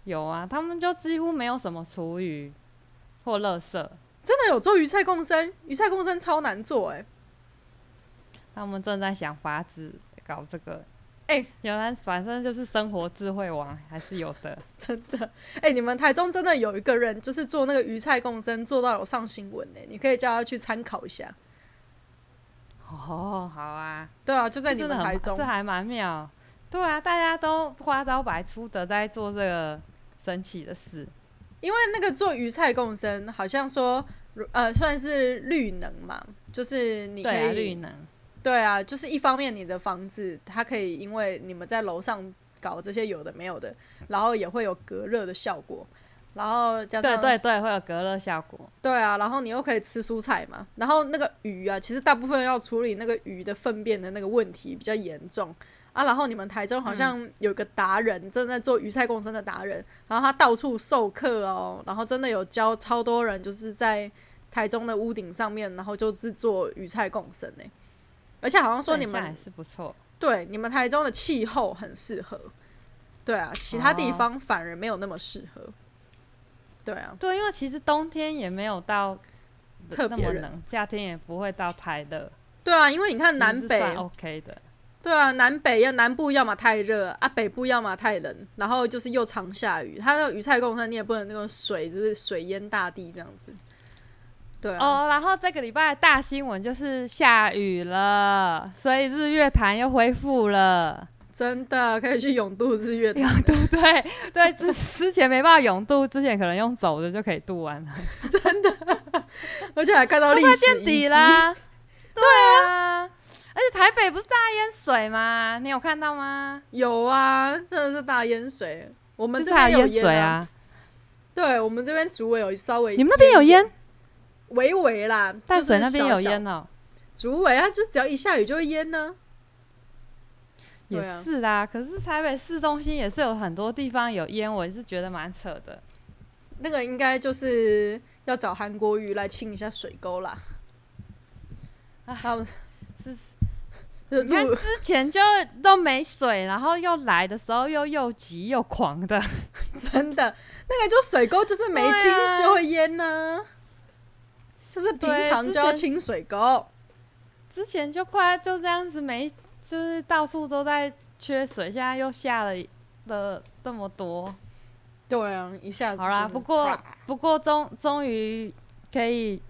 Speaker 2: 有啊，他们就几乎没有什么厨余或垃圾，
Speaker 1: 真的有做鱼菜共生，鱼菜共生超难做哎、
Speaker 2: 他们正在想法子搞这个。
Speaker 1: 哎
Speaker 2: 原来反正就是生活智慧网还是有的。
Speaker 1: 真的，哎、你们台中真的有一个人就是做那个鱼菜共生，做到有上新闻呢、你可以叫他去参考一下。
Speaker 2: 哦，好啊，
Speaker 1: 对啊，就在你
Speaker 2: 真
Speaker 1: 们
Speaker 2: 的很
Speaker 1: 台中
Speaker 2: 这，还蛮妙。对啊，大家都花招百出的在做这个神奇的事。
Speaker 1: 因为那个做鱼菜共生，好像说如呃算是绿能嘛，就是你可
Speaker 2: 对
Speaker 1: 以
Speaker 2: 啊，绿能。
Speaker 1: 对啊，就是一方面你的房子它可以因为你们在楼上搞这些有的没有的，然后也会有隔热的效果，然后加
Speaker 2: 对
Speaker 1: 上
Speaker 2: 对对，会有隔热效果。
Speaker 1: 对啊，然后你又可以吃蔬菜嘛，然后那个鱼啊，其实大部分要处理那个鱼的粪便的那个问题比较严重啊。然后你们台中好像
Speaker 2: 嗯
Speaker 1: 有个达人，正在做鱼菜共生的达人，然后他到处授课哦，然后真的有教超多人，就是在台中的屋顶上面，然后就制作鱼菜共生呢、而且好像说你
Speaker 2: 这样也
Speaker 1: 们
Speaker 2: 是不错。
Speaker 1: 对你们台中的气候很适合，对啊，其他地
Speaker 2: 哦
Speaker 1: 方反而没有那么适合，对啊，
Speaker 2: 对，因为其实冬天也没有到
Speaker 1: 特
Speaker 2: 那
Speaker 1: 别
Speaker 2: 么
Speaker 1: 冷
Speaker 2: 冷，夏天也不会到太热，
Speaker 1: 对啊，因为你看
Speaker 2: 其实
Speaker 1: 南
Speaker 2: 是
Speaker 1: 北
Speaker 2: 算 OK 的。
Speaker 1: 对啊，南北要南部要么太热啊，北部要么太冷，然后就是又常下雨。它那个雨菜共生，你也不能那个水就是水淹大地这样子。对啊，
Speaker 2: 哦，然后这个礼拜的大新闻就是下雨了，所以日月潭又恢复了。
Speaker 1: 真的可以去永渡日 月潭，
Speaker 2: 永渡对对，之之前没办法永渡，之前可能用走的就可以渡完了，
Speaker 1: 而且还看到历史
Speaker 2: 见
Speaker 1: 遗
Speaker 2: 底
Speaker 1: 迹。
Speaker 2: 啦。对啊，而且台北不是大淹水吗？你有看到吗？
Speaker 1: 有啊，真的是大淹水。我们
Speaker 2: 就
Speaker 1: 这
Speaker 2: 是还
Speaker 1: 边
Speaker 2: 有
Speaker 1: 有
Speaker 2: 淹水
Speaker 1: 啊，
Speaker 2: 啊！
Speaker 1: 对我们这边竹尾有稍微，
Speaker 2: 你们那边有淹？
Speaker 1: 微微啦，
Speaker 2: 淡水那
Speaker 1: 就是
Speaker 2: 边
Speaker 1: 小
Speaker 2: 有
Speaker 1: 小
Speaker 2: 淹哦。
Speaker 1: 竹围它就只要一下雨就会淹呢、
Speaker 2: 也
Speaker 1: 对啊
Speaker 2: 是啦，可是台北市中心也是有很多地方有烟，我也是觉得蛮扯的。
Speaker 1: 那个应该就是要找韩国瑜来清一下水沟啦。
Speaker 2: 唉
Speaker 1: 他们
Speaker 2: 是
Speaker 1: 就是
Speaker 2: 你看
Speaker 1: 路
Speaker 2: 之前就都没水，然后又来的时候又又急又狂的，
Speaker 1: 真的那个就水沟就是没清
Speaker 2: 对啊
Speaker 1: 就会淹呢、就是平
Speaker 2: 对
Speaker 1: 常
Speaker 2: 之
Speaker 1: 就要
Speaker 2: 前
Speaker 1: 清水沟。
Speaker 2: 之前就快就这样子没，就是到处都在缺水，现在又下了的这么多。
Speaker 1: 对啊，一下子
Speaker 2: 好啦，
Speaker 1: 就是
Speaker 2: 不过
Speaker 1: 啪
Speaker 2: 不过终终于可以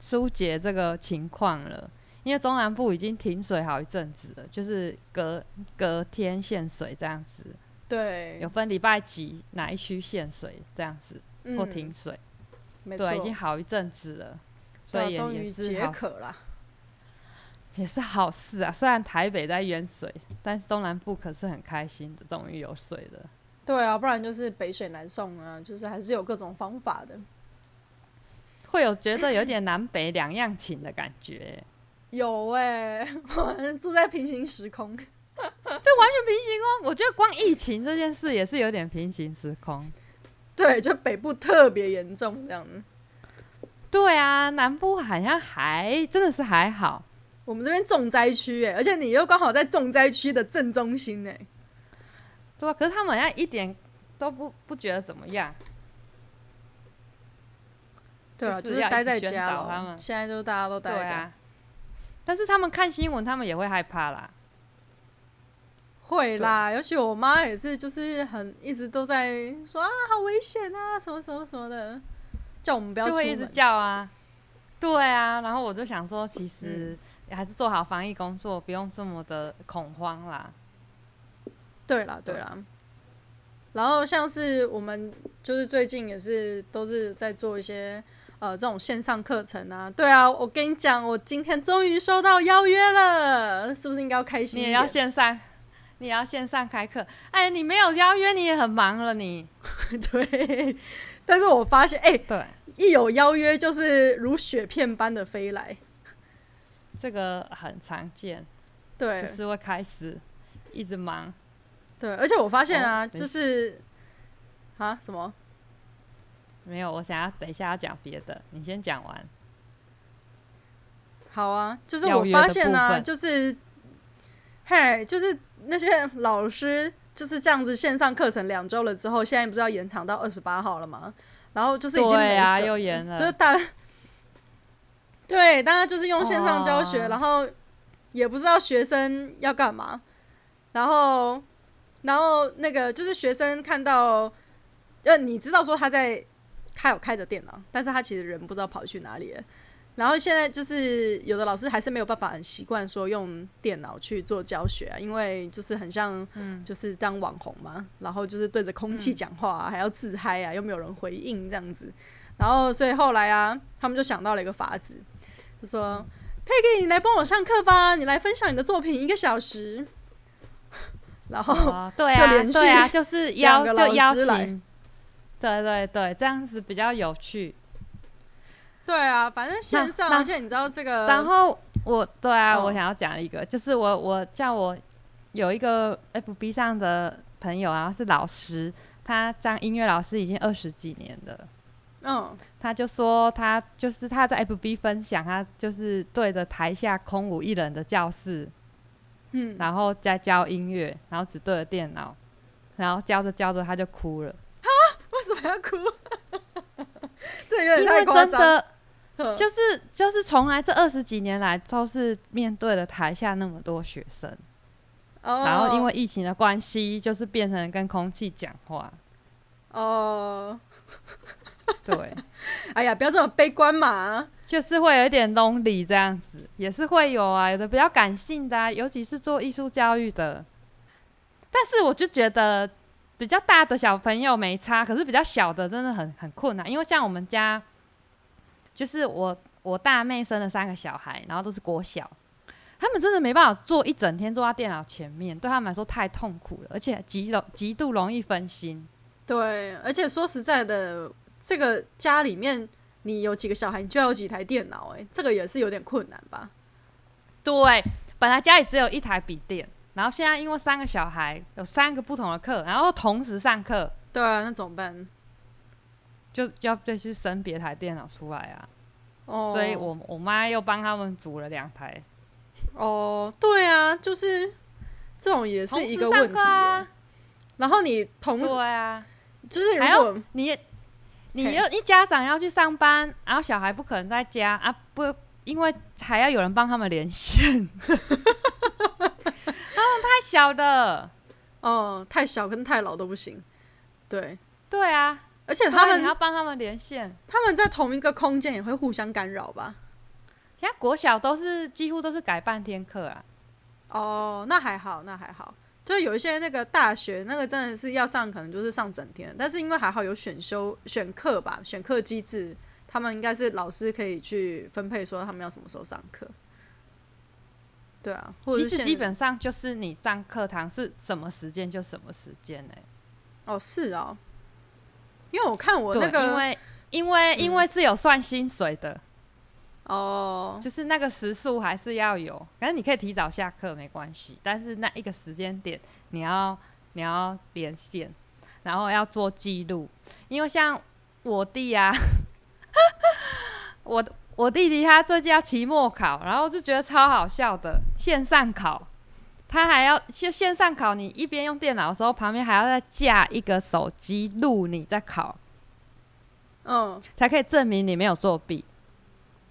Speaker 2: 疏解这个情况了，因为中南部已经停水好一阵子了，就是隔隔天限水这样子，
Speaker 1: 对
Speaker 2: 有分礼拜几哪一区限水这样子或
Speaker 1: 嗯
Speaker 2: 停水，
Speaker 1: 没错，
Speaker 2: 对，啊已经好一阵子了，所
Speaker 1: 对啊
Speaker 2: 以
Speaker 1: 终
Speaker 2: 也
Speaker 1: 于
Speaker 2: 也
Speaker 1: 解
Speaker 2: 是好
Speaker 1: 渴啦。
Speaker 2: 也是好事啊。虽然台北在淹水，但是中南部可是很开心的，终于有水了。
Speaker 1: 对啊，不然就是北水南送啊，就是还是有各种方法的。
Speaker 2: 会有觉得有点南北两样情的感觉欸、
Speaker 1: 有哎、 我们住在平行时空。
Speaker 2: 哦我觉得光疫情这件事也是有点平行时空。
Speaker 1: 对，就北部特别严重这样。
Speaker 2: 对啊，南部好像还真的是还好，
Speaker 1: 我们这边重灾区哎，而且你又刚好在重灾区的正中心哎、
Speaker 2: 对吧、可是他们好像一点都不不觉得怎么样。
Speaker 1: 对啊，
Speaker 2: 就是
Speaker 1: 就是
Speaker 2: 要一
Speaker 1: 待
Speaker 2: 直
Speaker 1: 在
Speaker 2: 宣
Speaker 1: 家
Speaker 2: 导他
Speaker 1: 了。
Speaker 2: 们
Speaker 1: 现在就大家都待
Speaker 2: 对
Speaker 1: 在家，
Speaker 2: 啊，但是他们看新闻，他们也会害怕啦。
Speaker 1: 会啦。尤其我妈也是，就是很一直都在说啊，好危险啊，什么什么什么的，叫我们不要
Speaker 2: 就
Speaker 1: 出
Speaker 2: 会一直
Speaker 1: 门。嗯
Speaker 2: 叫啊。对啊，然后我就想说，其实还是做好防疫工作，不用这么的恐慌啦。
Speaker 1: 对啦，对啦。然后像是我们就是最近也是都是在做一些呃这种线上课程啊。对啊，我跟你讲，我今天终于收到邀约了，是不是应该要开心
Speaker 2: 你
Speaker 1: 一
Speaker 2: 也
Speaker 1: 点？
Speaker 2: 要线上，你也要线上开课。哎，你没有邀约，你也很忙了你。
Speaker 1: 对，但是我发现，哎、
Speaker 2: 对，
Speaker 1: 一有邀约就是如雪片般的飞来。
Speaker 2: 这个很常见，
Speaker 1: 对、
Speaker 2: 就是会开始一直忙。
Speaker 1: 对，而且我发现啊，
Speaker 2: 哦等一下
Speaker 1: 就是啊什么？
Speaker 2: 没有，我想要等一下要讲别的，你先讲完。
Speaker 1: 好啊，就是
Speaker 2: 邀
Speaker 1: 我
Speaker 2: 约
Speaker 1: 发
Speaker 2: 的
Speaker 1: 现
Speaker 2: 部
Speaker 1: 啊，
Speaker 2: 分
Speaker 1: 就是，嘿，就是那些老师就是这样子线上课程两周了之后，现在不是要延长到二十八号了吗？然后就是已经
Speaker 2: 对啊，
Speaker 1: 没得
Speaker 2: 又延了。
Speaker 1: 就是大， 对，大家就是用线上教学，
Speaker 2: 哦
Speaker 1: 然后也不知道学生要干嘛，然后，然后那个就是学生看到，呃，你知道说他在他有开着电脑，但是他其实人不知道跑去哪里了。然后现在就是有的老师还是没有办法很习惯说用电脑去做教学啊，因为就是很像，
Speaker 2: 嗯
Speaker 1: 就是当网红嘛，然后就是对着空气讲话啊、还要自嗨啊，又没有人回应这样子。然后所以后来啊，他们就想到了一个法子，就说：“Peggy，你来帮我上课吧，你来分享你的作品一个小时。” 然后
Speaker 2: 哦，对
Speaker 1: 就
Speaker 2: 啊，
Speaker 1: 连续
Speaker 2: 对啊，就是
Speaker 1: 两
Speaker 2: 邀
Speaker 1: 个老
Speaker 2: 就邀
Speaker 1: 师来
Speaker 2: 请，对对对，这样子比较有趣。
Speaker 1: 对啊，反正线上，
Speaker 2: 那
Speaker 1: 而且你知道这个，
Speaker 2: 然后我对啊，
Speaker 1: 呃嗯
Speaker 2: 我想要讲一个，就是我我叫我有一个 FB 上的朋友，然啊后是老师，他当音乐老师已经二十几年了。
Speaker 1: 嗯，
Speaker 2: 他就说他就是他在 FB 分享，他就是对着台下空无一人的教室，
Speaker 1: 嗯
Speaker 2: 然后再教音乐，然后只对着电脑，然后教着教着他就哭了，
Speaker 1: 为什么要哭？ 这有点
Speaker 2: 因
Speaker 1: 太
Speaker 2: 为
Speaker 1: 夸
Speaker 2: 真
Speaker 1: 张。
Speaker 2: 的
Speaker 1: 嗯
Speaker 2: 就是就是从来这二十几年来都是面对了台下那么多学生，
Speaker 1: 哦
Speaker 2: 然后因为疫情的关系，就是变成跟空气讲话，
Speaker 1: 哦，
Speaker 2: 对，
Speaker 1: 哎呀，不要这么悲观嘛。
Speaker 2: 就是会有一点 lonely 这样子，也是会有啊，有的比较感性的、啊，尤其是做艺术教育的。但是我就觉得比较大的小朋友没差，可是比较小的真的很很困难，因为像我们家，就是我我大妹生了三个小孩，然后都是国小，他们真的没办法坐一整天坐在电脑前面，对他们来说太痛苦了，而且极容极度容易分心。
Speaker 1: 对，而且说实在的，这个家里面你有几个小孩，你就要有几台电脑，哎，这个也是有点困难吧？
Speaker 2: 对，本来家里只有一台笔电，然后现在因为三个小孩有三个不同的课，然后同时上课，
Speaker 1: 对啊，那怎么办？
Speaker 2: 就要再去生别台电脑出来啊。
Speaker 1: 哦，
Speaker 2: 所以我我妈又帮他们组了两台，
Speaker 1: 哦，对啊，就是这种也
Speaker 2: 同
Speaker 1: 是一
Speaker 2: 时
Speaker 1: 个
Speaker 2: 上
Speaker 1: 问题
Speaker 2: 课啊
Speaker 1: 耶。然后你同时
Speaker 2: 对啊，
Speaker 1: 就是如
Speaker 2: 还要
Speaker 1: 果
Speaker 2: 你也你
Speaker 1: 嘿
Speaker 2: 又一家长要去上班，然后小孩不可能在家啊，不，因为还要有人帮他们连线， 他们太小了，
Speaker 1: 哦、太小跟太老都不行，对，
Speaker 2: 对啊，
Speaker 1: 而且他
Speaker 2: 对你
Speaker 1: 们
Speaker 2: 要帮他们连线。
Speaker 1: 他们在同一个空间也会互相干扰吧？
Speaker 2: 现在国小都是几乎都是改半天课啊，
Speaker 1: 哦，那还好，那还好。就是有一些那个大学那个真的是要上，可能就是上整天，但是因为还好有选修选课吧，选课机制，他们应该是老师可以去分配说他们要什么时候上课。对啊，或者
Speaker 2: 其
Speaker 1: 是
Speaker 2: 实
Speaker 1: 现
Speaker 2: 基本上就是你上课堂是什么时间就什么时间欸呢、
Speaker 1: 哦是哦，因为我看我
Speaker 2: 对，
Speaker 1: 那
Speaker 2: 因
Speaker 1: 个
Speaker 2: 为因为、因为是有算薪水的，
Speaker 1: 哦
Speaker 2: 就是那个时数还是要有，反正你可以提早下课没关系，但是那一个时间点你要你要连线，然后要做记录，因为像我弟啊， 我我弟弟他最近要期末考，然后就觉得超好笑的，线上考。他还要就线上考，你一边用电脑的时候，旁边还要再架一个手机录你在考，
Speaker 1: 嗯，
Speaker 2: 才可以证明你没有作弊。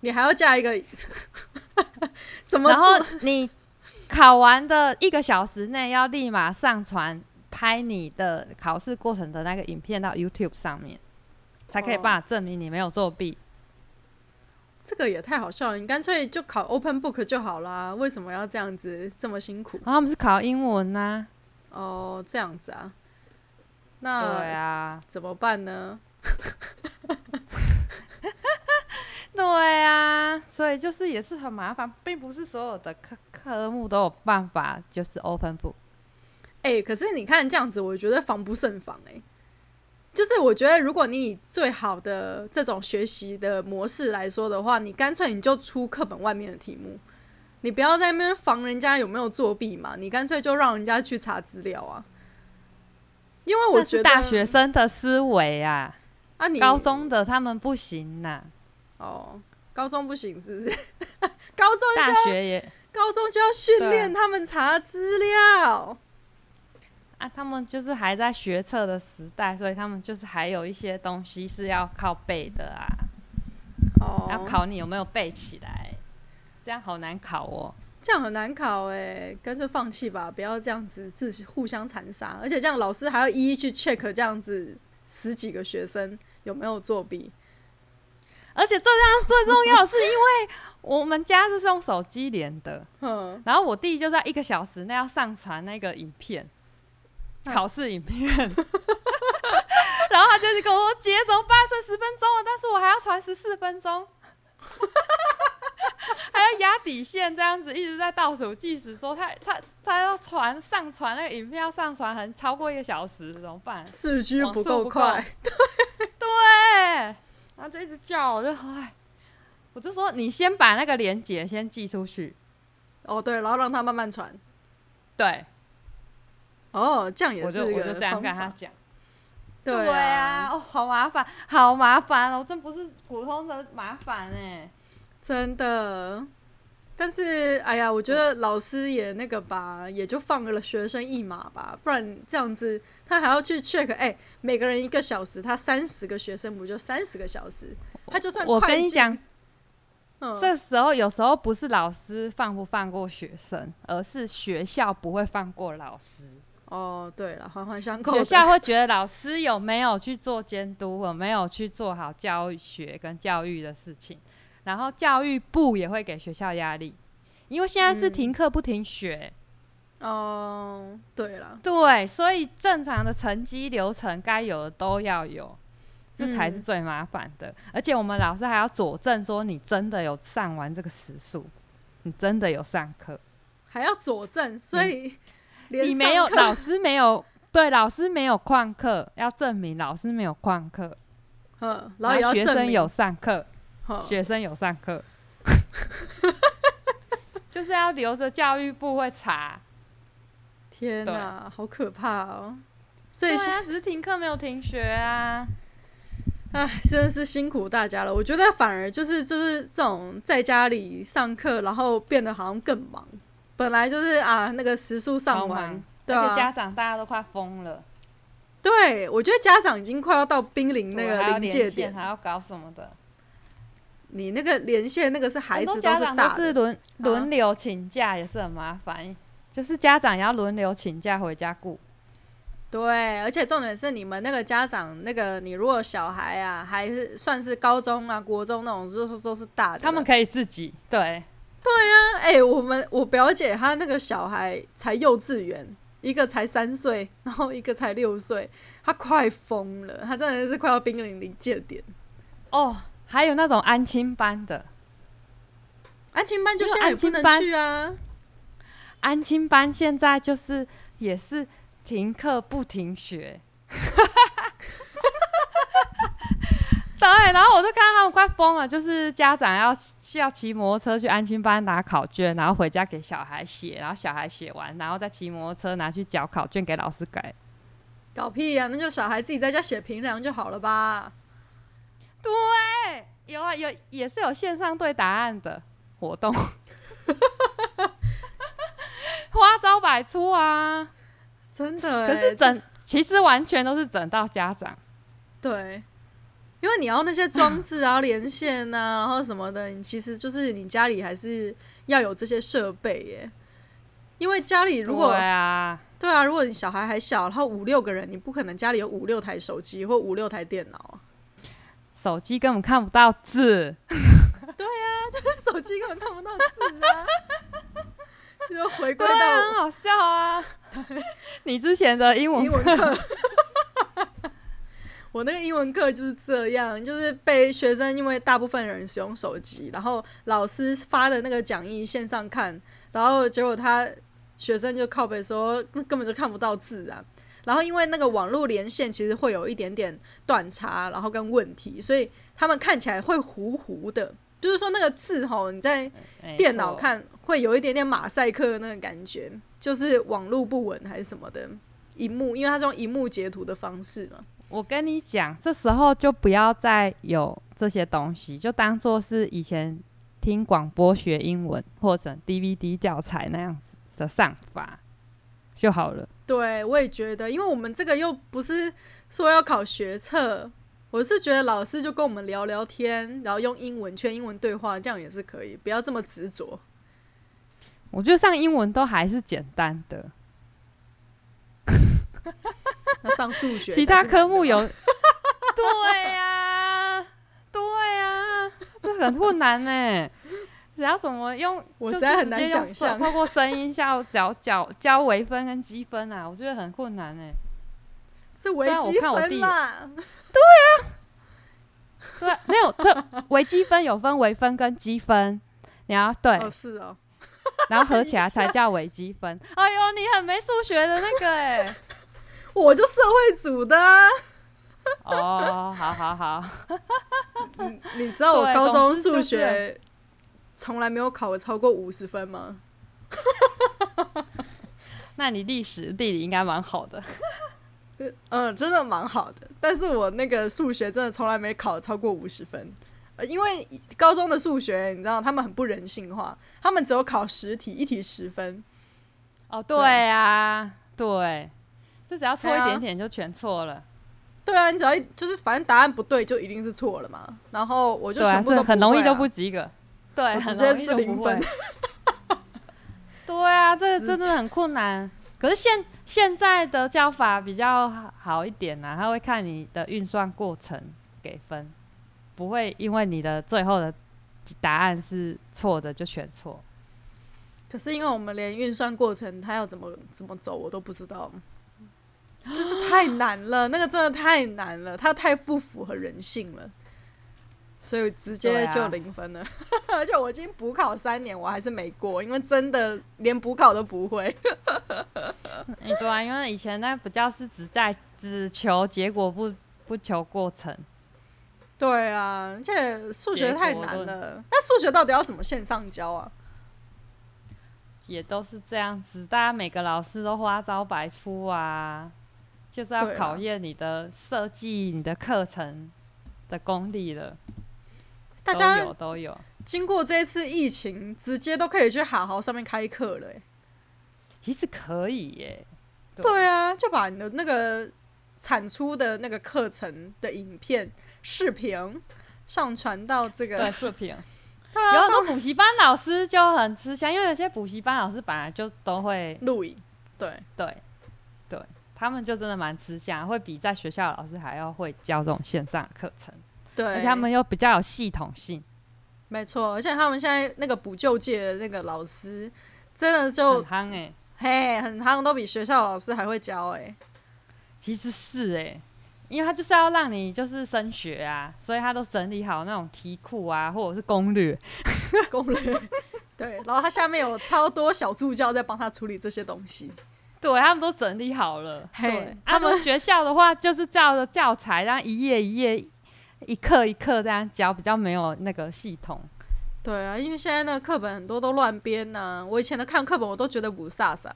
Speaker 1: 你还要加一个 怎么
Speaker 2: 然后
Speaker 1: 自
Speaker 2: 你考完的一个小时内要立马上传拍你的考试过程的那个影片到 YouTube 上面，才可以
Speaker 1: 哦
Speaker 2: 办法证明你没有作弊。
Speaker 1: 这个也太好笑了，你干脆就考 Open Book 就好啦，为什么要这样子这么辛苦？
Speaker 2: 然后他们是考英文呐、
Speaker 1: 哦，这样子啊，
Speaker 2: 啊，对
Speaker 1: 那
Speaker 2: 啊，
Speaker 1: 怎么办呢？
Speaker 2: 对啊，所以就是也是很麻烦，并不是所有的科科目都有办法就是 open book。
Speaker 1: 哎、可是你看这样子，我觉得防不胜防哎、就是我觉得，如果你以最好的这种学习的模式来说的话，你干脆你就出课本外面的题目，你不要在那边防人家有没有作弊嘛，你干脆就让人家去查资料啊。因为我
Speaker 2: 但
Speaker 1: 觉
Speaker 2: 是
Speaker 1: 得
Speaker 2: 大学生的思维啊，
Speaker 1: 啊你，
Speaker 2: 高中的他们不行呐、
Speaker 1: 哦，高中不行是不 是？高中
Speaker 2: 大学也
Speaker 1: 高中就要训
Speaker 2: 对
Speaker 1: 练他们查资料。
Speaker 2: 啊，他们就是还在学测的时代，所以他们就是还有一些东西是要靠背的啊，
Speaker 1: 哦，
Speaker 2: 要考你有没有背起来，这样好难考哦。
Speaker 1: 这样很难考哎、干脆放弃吧，不要这样子自互相残杀，而且这样老师还要一一去 check 这样子十几个学生有没有作弊。
Speaker 2: 而且最让最重要的是，因为我们家是用手机连的，
Speaker 1: 嗯，
Speaker 2: 然后我弟就在一个小时内要上传那个影片，
Speaker 1: 嗯
Speaker 2: 考试影片。 然后他就是跟我说：“姐，怎么办？剩十分钟了，但是我还要传十四分钟， 还要压底线，这样子一直在倒数计时，说他他他要传上传那个影片要上传很超过一个小时，怎么办？
Speaker 1: 四居
Speaker 2: 网速
Speaker 1: 不够
Speaker 2: 不够
Speaker 1: 快，
Speaker 2: 对，然后就一直叫，我就哎，我就说你先把那个链接先寄出去，
Speaker 1: 哦对，然后让他慢慢传。
Speaker 2: 对，
Speaker 1: 哦，这样也
Speaker 2: 我
Speaker 1: 是
Speaker 2: 就
Speaker 1: 一
Speaker 2: 我
Speaker 1: 个
Speaker 2: 就这样
Speaker 1: 方
Speaker 2: 跟他
Speaker 1: 法。
Speaker 2: 讲。”
Speaker 1: 对
Speaker 2: 对啊，哦，好麻烦，好麻烦哦，这不是普通的麻烦哎、
Speaker 1: 真的。但是，哎呀，我觉得老师也那个吧，也就放了学生一马吧，不然这样子他还要去 check，哎、每个人一个小时，他三十个学生不就三十个小时？他就算
Speaker 2: 我
Speaker 1: 会
Speaker 2: 跟你
Speaker 1: 计
Speaker 2: 讲，
Speaker 1: 嗯
Speaker 2: 这时候有时候不是老师放不放过学生，而是学校不会放过老师，
Speaker 1: 哦，对了，环环相扣的。
Speaker 2: 学校会觉得老师有没有去做监督，有没有去做好教育学跟教育的事情，然后教育部也会给学校压力，因为现在是
Speaker 1: 嗯
Speaker 2: 停课不停学。
Speaker 1: 哦，对了，
Speaker 2: 对，所以正常的成绩流程该有的都要有，这才是
Speaker 1: 嗯
Speaker 2: 最麻烦的。而且我们老师还要佐证说你真的有上完这个时数，你真的有上课，
Speaker 1: 还要佐证，所以连
Speaker 2: 嗯你
Speaker 1: 上
Speaker 2: 没有
Speaker 1: 课
Speaker 2: 老师没有对老师没有旷课，要证明老师没有旷课，
Speaker 1: 嗯，然
Speaker 2: 然
Speaker 1: 后也要
Speaker 2: 后学
Speaker 1: 证哦嗯
Speaker 2: 生
Speaker 1: 明
Speaker 2: 有上课，
Speaker 1: 嗯
Speaker 2: 学生有上课。就是要留着教育部会查。
Speaker 1: 天
Speaker 2: 对
Speaker 1: 哪，好可怕哦！所
Speaker 2: 对
Speaker 1: 以现
Speaker 2: 啊，只是停课没有停学啊。
Speaker 1: 唉，真的是辛苦大家了。我觉得反而就是就是这种在家里上课，然后变得好像更忙。本来就是啊，那个时速上
Speaker 2: 超
Speaker 1: 完
Speaker 2: 忙，
Speaker 1: 对
Speaker 2: 而且家
Speaker 1: 啊，
Speaker 2: 长大家都快疯了，
Speaker 1: 对我觉得家长已经快要到濒临那
Speaker 2: 对啊还要
Speaker 1: 个临界
Speaker 2: 连线，
Speaker 1: 点。
Speaker 2: 还要搞什么的。
Speaker 1: 你那个连线那个是孩
Speaker 2: 很多
Speaker 1: 子都
Speaker 2: 家
Speaker 1: 是
Speaker 2: 长都
Speaker 1: 大
Speaker 2: 是
Speaker 1: 的，
Speaker 2: 轮
Speaker 1: 啊
Speaker 2: 轮流请假，也是很麻烦。就是家长也要轮流请假回家顾，
Speaker 1: 对，而且重点是你们那个家长那个，你如果小孩啊，还是算是高中啊、国中那种，就是都是大的了，
Speaker 2: 他们可以自己对，
Speaker 1: 哎、我们我表姐她那个小孩才幼稚园，一个才三岁，然后一个才六岁，她快疯了，她真的是快要濒临临界点。
Speaker 2: 哦，还有那种安亲班的，
Speaker 1: 安亲班就
Speaker 2: 因
Speaker 1: 现
Speaker 2: 为
Speaker 1: 在也
Speaker 2: 安
Speaker 1: 不
Speaker 2: 亲
Speaker 1: 能
Speaker 2: 班
Speaker 1: 去啊，
Speaker 2: 安亲班现在就是也是停课不停学。 对，然后我就看到他们快疯了，就是家长要要骑摩托车去安亲班拿考卷，然后回家给小孩写，然后小孩写完，然后再骑摩托车拿去缴考卷给老师改。
Speaker 1: 搞屁呀、那就小孩自己在家写评量就好了吧。
Speaker 2: 对，有啊，有也是有线上对答案的活动，花招百出啊！
Speaker 1: 真的、欸，
Speaker 2: 可是整其实完全都是整到家长。
Speaker 1: 对，因为你要那些 装置啊、连线啊，然后什么的，你其实就是你家里还是要有这些设备耶。因为家里如果
Speaker 2: 对啊，
Speaker 1: 对啊，如果你小孩还小，然后五六个人，你不可能家里有五六台手机或五六台电脑啊，
Speaker 2: 手机根本看不到字，
Speaker 1: 手机根本看不到字啊。 就回归
Speaker 2: 对啊，
Speaker 1: 到
Speaker 2: 很好笑啊。 你之前的英文
Speaker 1: 英文课， 我那个英文课就是这样，就是被学生因为大部分人使用手机，然后老师发的那个讲义线上看，然后结果他学生就靠背说那根本就看不到字啊。然后因为那个网络连线其实会有一点点断差，然后跟问题，所以他们看起来会糊糊的，就是说那个字吼你在
Speaker 2: 没错
Speaker 1: 电脑看会有一点点马赛克的那个感觉，就是网络不稳还是什么的。荧幕，因为它是用荧幕截图的方式嘛。
Speaker 2: 我跟你讲，这时候就不要再有这些东西，就当做是以前听广播学英文或者 DVD 教材那样子的上法就好了。
Speaker 1: 对，我也觉得，因为我们这个又不是说要考学测，我是觉得老师就跟我们聊聊天，然后用英文圈英文对话，这样也是可以，不要这么执着。
Speaker 2: 我觉得上英文都还是简单的，
Speaker 1: 那上数学才是难的吧，
Speaker 2: 其他科目有。 对呀、对呀、这很困难呢、只要怎么用，
Speaker 1: 我
Speaker 2: 就
Speaker 1: 实在
Speaker 2: 是
Speaker 1: 很
Speaker 2: 直
Speaker 1: 难
Speaker 2: 接用
Speaker 1: 想
Speaker 2: 手
Speaker 1: 象
Speaker 2: 透过声音效角角教微分跟积分啊，我觉得很困难呢、
Speaker 1: 是微
Speaker 2: 虽然我
Speaker 1: 积
Speaker 2: 看我
Speaker 1: 分
Speaker 2: 弟
Speaker 1: 啦。
Speaker 2: 对，啊没有对，微积分有分微分跟积分，你要对，
Speaker 1: 哦，是哦，
Speaker 2: 然后合 起来才叫微积分。哎呦，你很没数学的那个哎、
Speaker 1: 我就社会组的啊、
Speaker 2: 哦，好好好，
Speaker 1: 你你知道我
Speaker 2: 对
Speaker 1: 高中
Speaker 2: 总之就
Speaker 1: 数
Speaker 2: 是
Speaker 1: 学从来没有考过超过五十分吗？
Speaker 2: 那你历史地理应该蛮好的。
Speaker 1: 嗯，真的蛮好的，但是我那个数学真的从来没考超过五十分，呃因为高中的数学你知道他们很不人性化，他们只有考十题，一题十分，
Speaker 2: 哦，对啊，对，这只要错一点点就全错了。
Speaker 1: 对啊，你只要一就是反正答案不对就一定是错了嘛，然后我就
Speaker 2: 对啊，
Speaker 1: 全部都、
Speaker 2: 是很容易就不，及格。对，
Speaker 1: 我
Speaker 2: 很
Speaker 1: 直接
Speaker 2: 容易
Speaker 1: 是
Speaker 2: 就
Speaker 1: 零
Speaker 2: 不会。
Speaker 1: 分。
Speaker 2: 对啊，这
Speaker 1: 直
Speaker 2: 真的很困难。可是现现在的教法比较好一点啦、他会看你的运算过程给分，不会因为你的最后的答案是错的就全错。
Speaker 1: 可是因为我们连运算过程它要怎么怎么走我都不知道，就是太难 了，那个真的太难了，它太不符合人性了，所以直
Speaker 2: 对
Speaker 1: 接
Speaker 2: 啊
Speaker 1: 就零分了。 而且我已经补考三年，我还是没过，因为真的连补考都不会。
Speaker 2: 哎、对啊，因为以前那比较是只在只求结果不不求过程。
Speaker 1: 对啊，而且数学太难
Speaker 2: 结果
Speaker 1: 了，那数学到底要怎么线上教啊？
Speaker 2: 也都是这样子，大家每个老师都花招百出啊，就是要
Speaker 1: 对啊
Speaker 2: 考验你的设计、你的课程的功力了。
Speaker 1: 大
Speaker 2: 都
Speaker 1: 家
Speaker 2: 有都有，
Speaker 1: 经过这一次疫情，直接都可以去好好上面开课了、欸。
Speaker 2: 其实可以耶、对
Speaker 1: 对啊，就把你的那个产出的那个课程的影片、视频上传到这
Speaker 2: 对
Speaker 1: 个，
Speaker 2: 视频。
Speaker 1: 对
Speaker 2: 有
Speaker 1: 啊，
Speaker 2: 很多补习班老师就很吃香，因为有些补习班老师本来就都会
Speaker 1: 录影，对，
Speaker 2: 对对，他们就真的蛮吃香，会比在学校的老师还要会教这种线上的课程，
Speaker 1: 对，
Speaker 2: 而且他们又比较有系统性，
Speaker 1: 没错，而且他们现在那个补救界的那个老师，真的
Speaker 2: 很
Speaker 1: 就
Speaker 2: 夯哎、
Speaker 1: 嘿很他们都比学校老师还会教哎、
Speaker 2: 其实是哎、因为他就是要让你就是升学啊，所以他都整理好那种题库啊，或者是攻略，
Speaker 1: 攻略。对，然后他下面有超多小助教在帮他处理这些东西。
Speaker 2: 对他们都整理好了。
Speaker 1: 嘿
Speaker 2: 对，
Speaker 1: 他
Speaker 2: 他
Speaker 1: 们
Speaker 2: 们学校的话就是照着教材，然后一页一页、一课一课这样教，比较没有那个系统。
Speaker 1: 对啊，因为现在那个课本很多都乱编呐、我以前的看课本我都觉得不飒飒。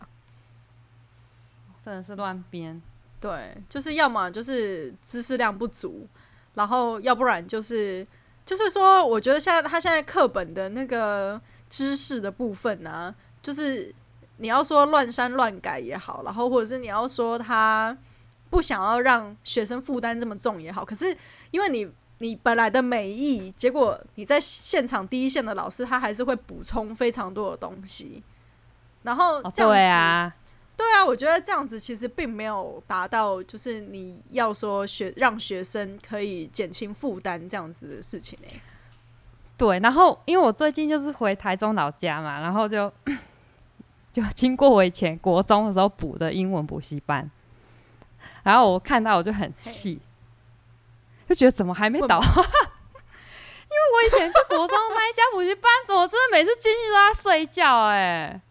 Speaker 2: 真的是乱编，
Speaker 1: 对，就是要么就是知识量不足，然后要不然就是就是说，我觉得现在他现在课本的那个知识的部分呢、就是你要说乱删乱改也好，然后或者是你要说他不想要让学生负担这么重也好，可是因为你。你本来的美意，结果你在现场第一线的老师，他还是会补充非常多的东西，然后这
Speaker 2: 哦，
Speaker 1: 样子、
Speaker 2: 对啊，
Speaker 1: 对啊，我觉得这样子其实并没有达到，就是你要说学让学生可以减轻负担这样子的事情欸
Speaker 2: 对。然后因为我最近就是回台中老家嘛，然后就 就经过我以前国中的时候补的英文补习班，然后我看到我就很气，就觉得怎么还没倒？ 因为我以前去国中那一家补习班，我真的每次进去都在睡觉、哎，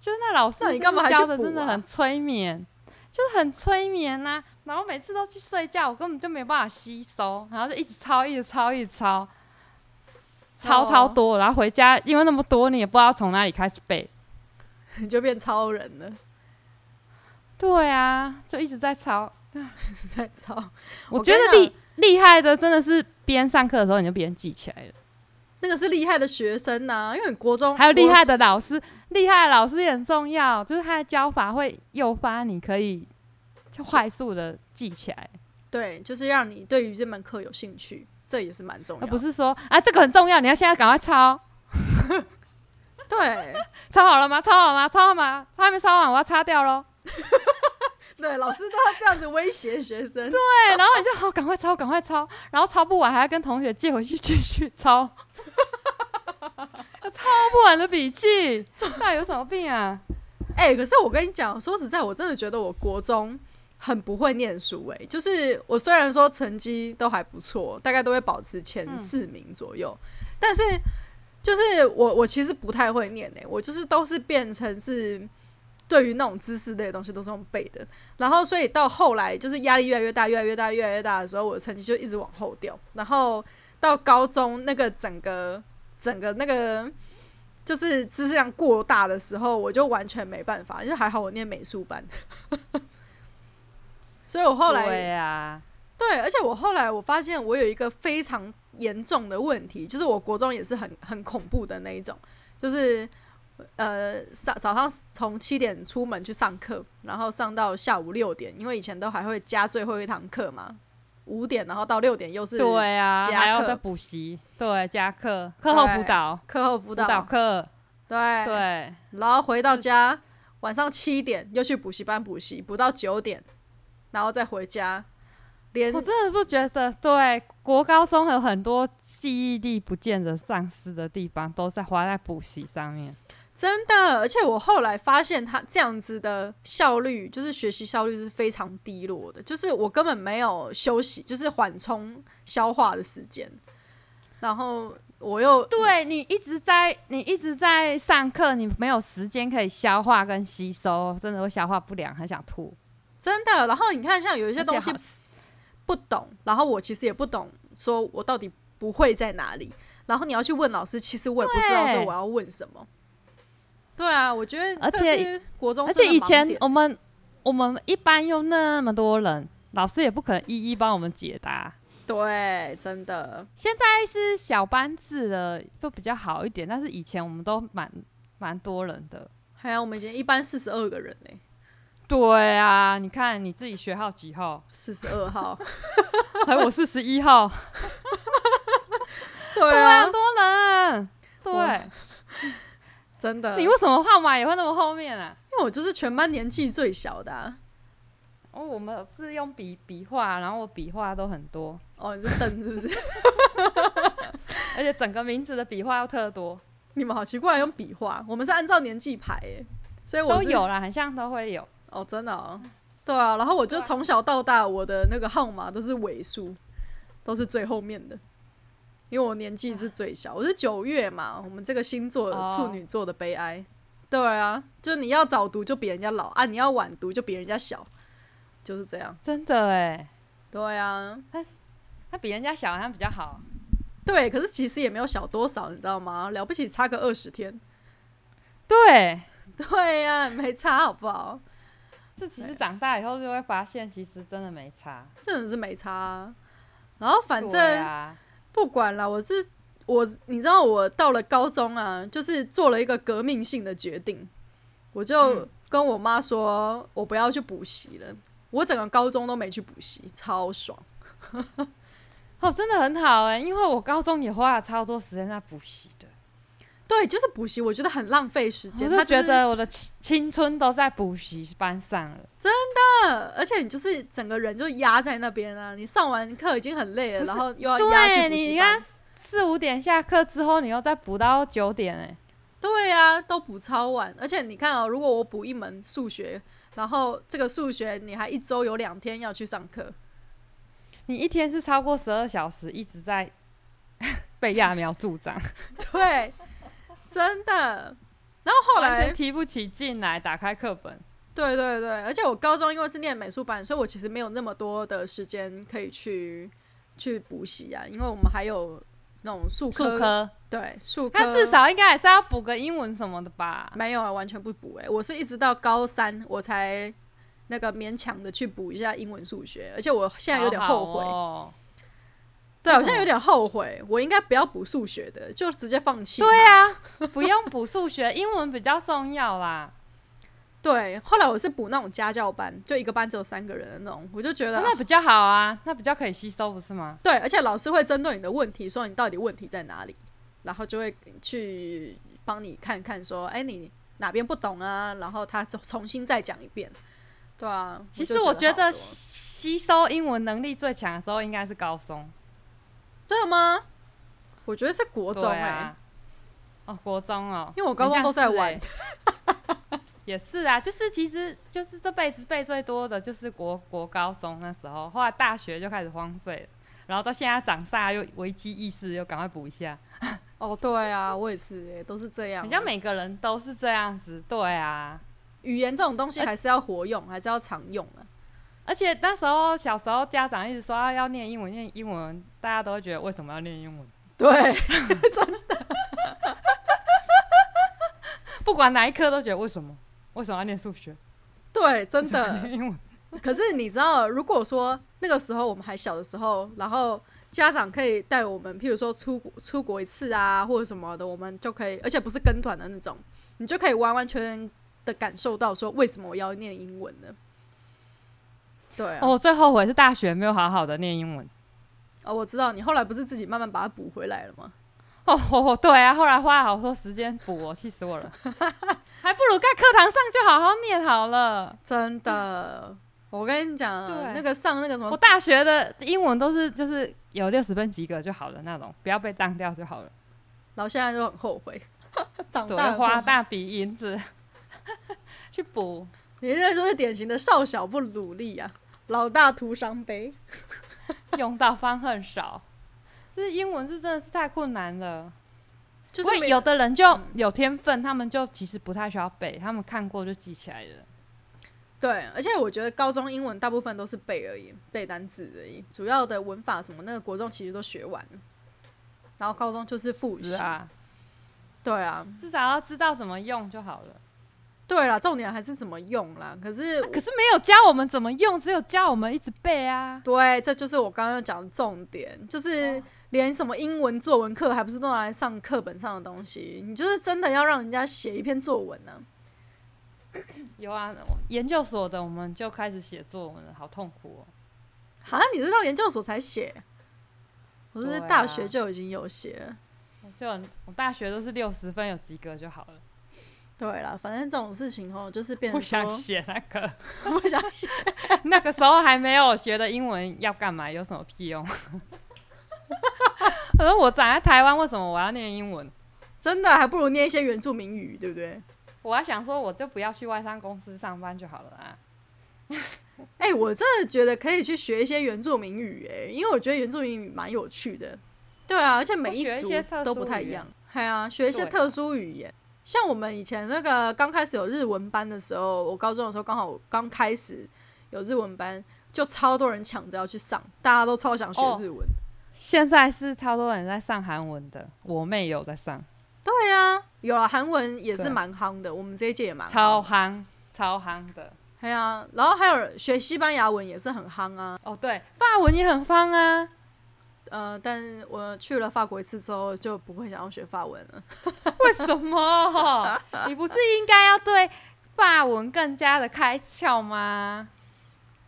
Speaker 2: 就是那老师
Speaker 1: 那你干嘛还去
Speaker 2: 教的真
Speaker 1: 补啊
Speaker 2: 的很催眠，就是很催眠呐、然后每次都去睡觉，我根本就没办法吸收，然后就一直抄，一直抄，一直抄，抄
Speaker 1: 哦
Speaker 2: 超多，然后回家因为那么多，你也不知道从哪里开始背。
Speaker 1: 你就变超人了，
Speaker 2: 对啊，就一直在抄。
Speaker 1: 在操！
Speaker 2: 我
Speaker 1: 我
Speaker 2: 觉
Speaker 1: 跟
Speaker 2: 得
Speaker 1: 你
Speaker 2: 厉厉害的真的是边上课的时候你就边记起来了，
Speaker 1: 那个是厉害的学生呐、因为你国中
Speaker 2: 还有厉害
Speaker 1: 的
Speaker 2: 的老师，厉害的老师也很重要，就是他的教法会诱发你可以就快速的记起来，
Speaker 1: 对，就是让你对于这门课有兴趣，这也是蛮重要
Speaker 2: 而
Speaker 1: 的。
Speaker 2: 不是说啊这个很重要，你要现在赶快抄，
Speaker 1: 对
Speaker 2: 抄好了吗？抄好了吗？抄好了吗？抄还没抄完，我要擦掉喽。
Speaker 1: 对，老师都要这样子威胁学生。
Speaker 2: 对，啊然后你就好，赶快抄，赶快抄，然后抄不完还要跟同学借回去继续抄，抄不完的笔记，那有什么病啊？
Speaker 1: 哎、可是我跟你讲，说实在，我真的觉得我国中很不会念书、哎，就是我虽然说成绩都还不错，大概都会保持前
Speaker 2: 嗯
Speaker 1: 四名左右，但是就是我我其实不太会念、哎，我就是都是变成是。对于那种知识类的东西都是用背的，然后所以到后来就是压力越来越大，越来越大，越来越大的时候，我的成绩就一直往后掉。然后到高中那个整个整个那个就是知识量过大的时候，我就完全没办法，因为还好我念美术班， 所以我后来
Speaker 2: 对啊，
Speaker 1: 对，而且我后来我发现我有一个非常严重的问题，就是我国中也是很很恐怖的那一种，就是呃上早上从七点出门去上课，然后上到下午六点，因为以前都还会加最后一堂课嘛，五点然后到六点又是
Speaker 2: 对啊，
Speaker 1: 加
Speaker 2: 还要
Speaker 1: 课
Speaker 2: 再补习，对，加课、课后辅
Speaker 1: 对
Speaker 2: 导、
Speaker 1: 课后辅
Speaker 2: 辅
Speaker 1: 导，
Speaker 2: 导课，
Speaker 1: 对
Speaker 2: 对，
Speaker 1: 然后回到家晚上七点又去补习班补习，补到九点，然后再回家，连
Speaker 2: 我真的不觉得，对，国高中有很多记忆力不见得丧失的地方，都在花在补习上面。
Speaker 1: 真的，而且我后来发现，他这样子的效率，就是学习效率是非常低落的，就是我根本没有休息，就是缓冲消化的时间。然后我又
Speaker 2: 对你一直在你一直在上课，你没有时间可以消化跟吸收，真的会消化不良，很想吐。
Speaker 1: 真的，然后你看，像有一
Speaker 2: 有
Speaker 1: 些东西不懂，然后我其实也不懂，说我到底不会在哪里。然后你要去问老师，其实我也不知道
Speaker 2: 对
Speaker 1: 说我要问什么。对啊，我觉得
Speaker 2: 而
Speaker 1: 这
Speaker 2: 且
Speaker 1: 是国中
Speaker 2: 而
Speaker 1: 生
Speaker 2: 且
Speaker 1: 的
Speaker 2: 以
Speaker 1: 盲
Speaker 2: 前
Speaker 1: 点
Speaker 2: 我们我们一班又那么多人，老师也不可能一一帮我们解答。
Speaker 1: 对真的
Speaker 2: 现在是小班制了，就比较好一点。但是以前我们都蛮蛮多人的。
Speaker 1: 还啊有我们以前一班四十二个人呢、
Speaker 2: 对啊，你看你自己学号几号？
Speaker 1: 四十二号，
Speaker 2: 还有我四十一 号，
Speaker 1: 对
Speaker 2: 非
Speaker 1: 啊
Speaker 2: 常，多人。对
Speaker 1: 哇，真的，
Speaker 2: 你
Speaker 1: 因为
Speaker 2: 为什么号码也会那么后面啊？
Speaker 1: 我就是全班年纪最小的、啊。
Speaker 2: 哦，我们是用笔笔画，然后我笔画都很多，
Speaker 1: 哦，你是邓是不是？
Speaker 2: 而且整个名字的笔画又特多，
Speaker 1: 你们好奇怪，用笔画，我们是按照年纪排诶、所以我
Speaker 2: 都
Speaker 1: 是
Speaker 2: 有啦，很像都会有。
Speaker 1: 哦，真的哦，对啊。然后我就从小到大，我的那个号码都是尾数，都是最后面的，因为我年纪是最小，我是九月嘛，我们这个星座
Speaker 2: 哦
Speaker 1: 处女座的悲哀。对啊，就你要早读就比人家老啊，你要晚读就比人家小，就是这样。
Speaker 2: 真的哎，
Speaker 1: 对啊，
Speaker 2: 他比人家小，好像比较好。
Speaker 1: 对，可是其实也没有小多少，你知道吗？了不起差个二十天。
Speaker 2: 对，
Speaker 1: 对呀、没差好不好？
Speaker 2: 这其实长大以后就会发现，其实真的没差。
Speaker 1: 真的是没差啊、然后反
Speaker 2: 对
Speaker 1: 正
Speaker 2: 啊，
Speaker 1: 不管了，我是我，你知道我到了高中啊，就是做了一个革命性的决定，我
Speaker 2: 嗯
Speaker 1: 就跟我妈说，我不要去补习了。我整个高中都没去补习，超爽。
Speaker 2: 哦，真的很好哎，因为我高中也花了超多时间在补习的，
Speaker 1: 对，就是补习，我觉得很浪费时间。
Speaker 2: 我
Speaker 1: 他
Speaker 2: 就觉
Speaker 1: 是
Speaker 2: 得我的青青春都在补习班上了。
Speaker 1: 呃而且你就是整个人就压在那边啊，你上完课已经很累了，然后又要哦压去
Speaker 2: 对，
Speaker 1: 补
Speaker 2: 你
Speaker 1: 习
Speaker 2: 你
Speaker 1: 班
Speaker 2: 看。四五点下课之后，你又再补到九点哎。
Speaker 1: 对啊，都补超晚，而且你看啊、如果我补一门数学，然后这个数学你还一周有两天要去上课，
Speaker 2: 你一天是超过十二小时一直在 被揠苗助 长，
Speaker 1: 对，真的。然后后
Speaker 2: 完
Speaker 1: 来
Speaker 2: 全，提不起劲来，打开课本。
Speaker 1: 对对对，而且我高中因为是念美术班，所以我其实没有那么多的时间可以去去补习啊，因为我们还有那种数科，
Speaker 2: 数科，
Speaker 1: 对数科，
Speaker 2: 他至少应该还是要补个英文什么的吧？
Speaker 1: 没有啊，完全不补哎、我是一直到高三我才那个勉强的去补一下英文、数学，而且我现在有点后悔，
Speaker 2: 好好哦
Speaker 1: 对啊
Speaker 2: 为
Speaker 1: 我
Speaker 2: 什
Speaker 1: 现在有
Speaker 2: 么
Speaker 1: 点后悔，我应该不要补数学的，就直接放弃它。
Speaker 2: 对啊，不用补数学，英文比较重要啦。
Speaker 1: 对，后来我是补那种家教班，就一个班只有三个人的那种，我就觉得
Speaker 2: 那比较好啊，那比较可以吸收，不是吗？
Speaker 1: 对，而且老师会针对你的问题说你到底问题在哪里，然后就会去帮你看看说，哎、你哪边不懂啊？然后他重重新再讲一遍。对啊，
Speaker 2: 其
Speaker 1: 就
Speaker 2: 实我觉
Speaker 1: 觉好
Speaker 2: 得
Speaker 1: 多
Speaker 2: 吸收英文能力最强的时候应该是高中，
Speaker 1: 真的吗？我觉得是国中
Speaker 2: 对
Speaker 1: 哎、
Speaker 2: 啊。哦，国中哦，
Speaker 1: 因为我高中都在玩
Speaker 2: 很像是欸也是啊，就是其实就是这辈子背最多的就是国国高中那时候，后来大学就开始荒废了，然后到现在长大又危机意识又赶快补一下，
Speaker 1: 哦，对啊，我也是、哎，都是这样。
Speaker 2: 好像每个人都是这样子，对啊。
Speaker 1: 语言这种东西
Speaker 2: 呃
Speaker 1: 还是要活用，还是要常用啊。
Speaker 2: 而且那时候小时候家长一直说啊要念英文，念英文，大家都会觉得为什么要念英文？
Speaker 1: 对，
Speaker 2: 不管哪一科都觉得为什么？为什么要念数学？
Speaker 1: 对，真
Speaker 2: 为什么要
Speaker 1: 的。
Speaker 2: 念英文
Speaker 1: 可是你知道，如果说那个时候我们还小的时候，然后家长可以带我们，譬如说出国出国一次啊，或者什么的，我们就可以，而且不是跟团的那种，你就可以完完全全的感受到说为什么我要念英文呢？对啊、
Speaker 2: 哦，我最后悔是大学没有好好的念英文。
Speaker 1: 哦，我知道你后来不是自己慢慢把它补回来了吗？
Speaker 2: 哦，哦对啊，后来花了好多时间补我，气死 我了，还不如在课堂上就好好念好了。
Speaker 1: 真的，我跟你讲啊，
Speaker 2: 嗯对
Speaker 1: 那个上那个什
Speaker 2: 我
Speaker 1: 么，
Speaker 2: 大学的英文都是就是有六十分及格就好了那种，不要被当掉就好了。
Speaker 1: 然后现在就很后悔， 长
Speaker 2: 对，
Speaker 1: 大
Speaker 2: 我
Speaker 1: 了
Speaker 2: 就花大笔银子 去补。
Speaker 1: 你这就是典型的少小不努力啊，老大徒伤悲。
Speaker 2: 用到方恨少。这英文是真的是太困难了。
Speaker 1: 就
Speaker 2: 不
Speaker 1: 是嗯
Speaker 2: 过
Speaker 1: 没
Speaker 2: 有的人就有天分，他们就其实不太需要背，他们看过就记起来了。
Speaker 1: 对，而且我觉得高中英文大部分都是背而已，背单字而已，主要的文法什么那个国中其实都学完了，然后高中就是复习。
Speaker 2: 是啊，
Speaker 1: 对啊，
Speaker 2: 至少要知道怎么用就好了。
Speaker 1: 对啦，重点还是怎么用啦。可是
Speaker 2: 啊可是没有教我们怎么用，只有教我们一直背啊。
Speaker 1: 对，这就是我刚刚讲的重点，
Speaker 2: 哦
Speaker 1: 就是连什么英文作文课还不是都拿来上课本上的东西，你就是真的要让人家写一篇作文呢、啊
Speaker 2: 有啊，我研究所的我们就开始写作文了，好痛苦哦。
Speaker 1: 好像你是到研究所才写，我是
Speaker 2: 对啊
Speaker 1: 大学就已经有写了。
Speaker 2: 我就很我大学都是六十分有及格就好了，
Speaker 1: 对啦，反正这种事情哦，就是变
Speaker 2: 不
Speaker 1: 成
Speaker 2: 想
Speaker 1: 说
Speaker 2: 写那个。
Speaker 1: 不想写，
Speaker 2: 那个时候还没有学的英文要干嘛？有什么屁用？ 我说我长在台湾，为什么我要念英文？
Speaker 1: 真的还不如念一些原住民语，对不对？
Speaker 2: 我还想说，我就不要去外商公司上班就好了啊。
Speaker 1: 哎、我真的觉得可以去学一些原住民语、哎，因为我觉得原住民语蛮有趣的。对啊，而且每
Speaker 2: 或学一
Speaker 1: 族
Speaker 2: 些特殊
Speaker 1: 都不太一样。对啊，学一些
Speaker 2: 对啊
Speaker 1: 特殊语言。像我们以前那个刚开始有日文班的时候，我高中的时候刚好刚开始有日文班，就超多人抢着要去上，大家都超想学
Speaker 2: 哦
Speaker 1: 日文。
Speaker 2: 现在是超多人在上韩文的，我妹有在上，
Speaker 1: 对啊，有啊，韩文也是
Speaker 2: 对
Speaker 1: 蛮夯的，我们这一届也蛮夯
Speaker 2: 超夯超夯的。
Speaker 1: 对啊，然后还有学西班牙文也是很夯啊，
Speaker 2: 哦，对，法文也很夯啊。
Speaker 1: 呃，但我去了法国一次之后就不会想要学法文了。
Speaker 2: 为什 么？你不是应该要对法文更加的开窍吗？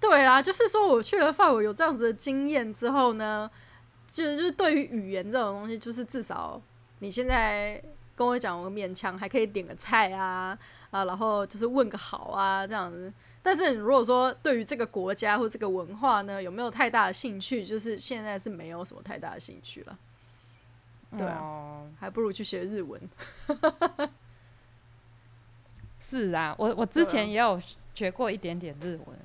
Speaker 1: 对啦，就是说我去了法国有这样子的经验之后呢，就就是对于语言这种东西，就是至少你现在跟我讲，我勉强还可以点个菜啊啊，然后就是问个好啊这样子。但是你如果说对于这个国家或这个文化呢，有没有太大的兴趣？就是现在是没有什么太大的兴趣了，对啊
Speaker 2: 哦
Speaker 1: 还不如去学日文。
Speaker 2: 是啊，我我
Speaker 1: 对
Speaker 2: 之
Speaker 1: 啊
Speaker 2: 前也有学过一点点日文，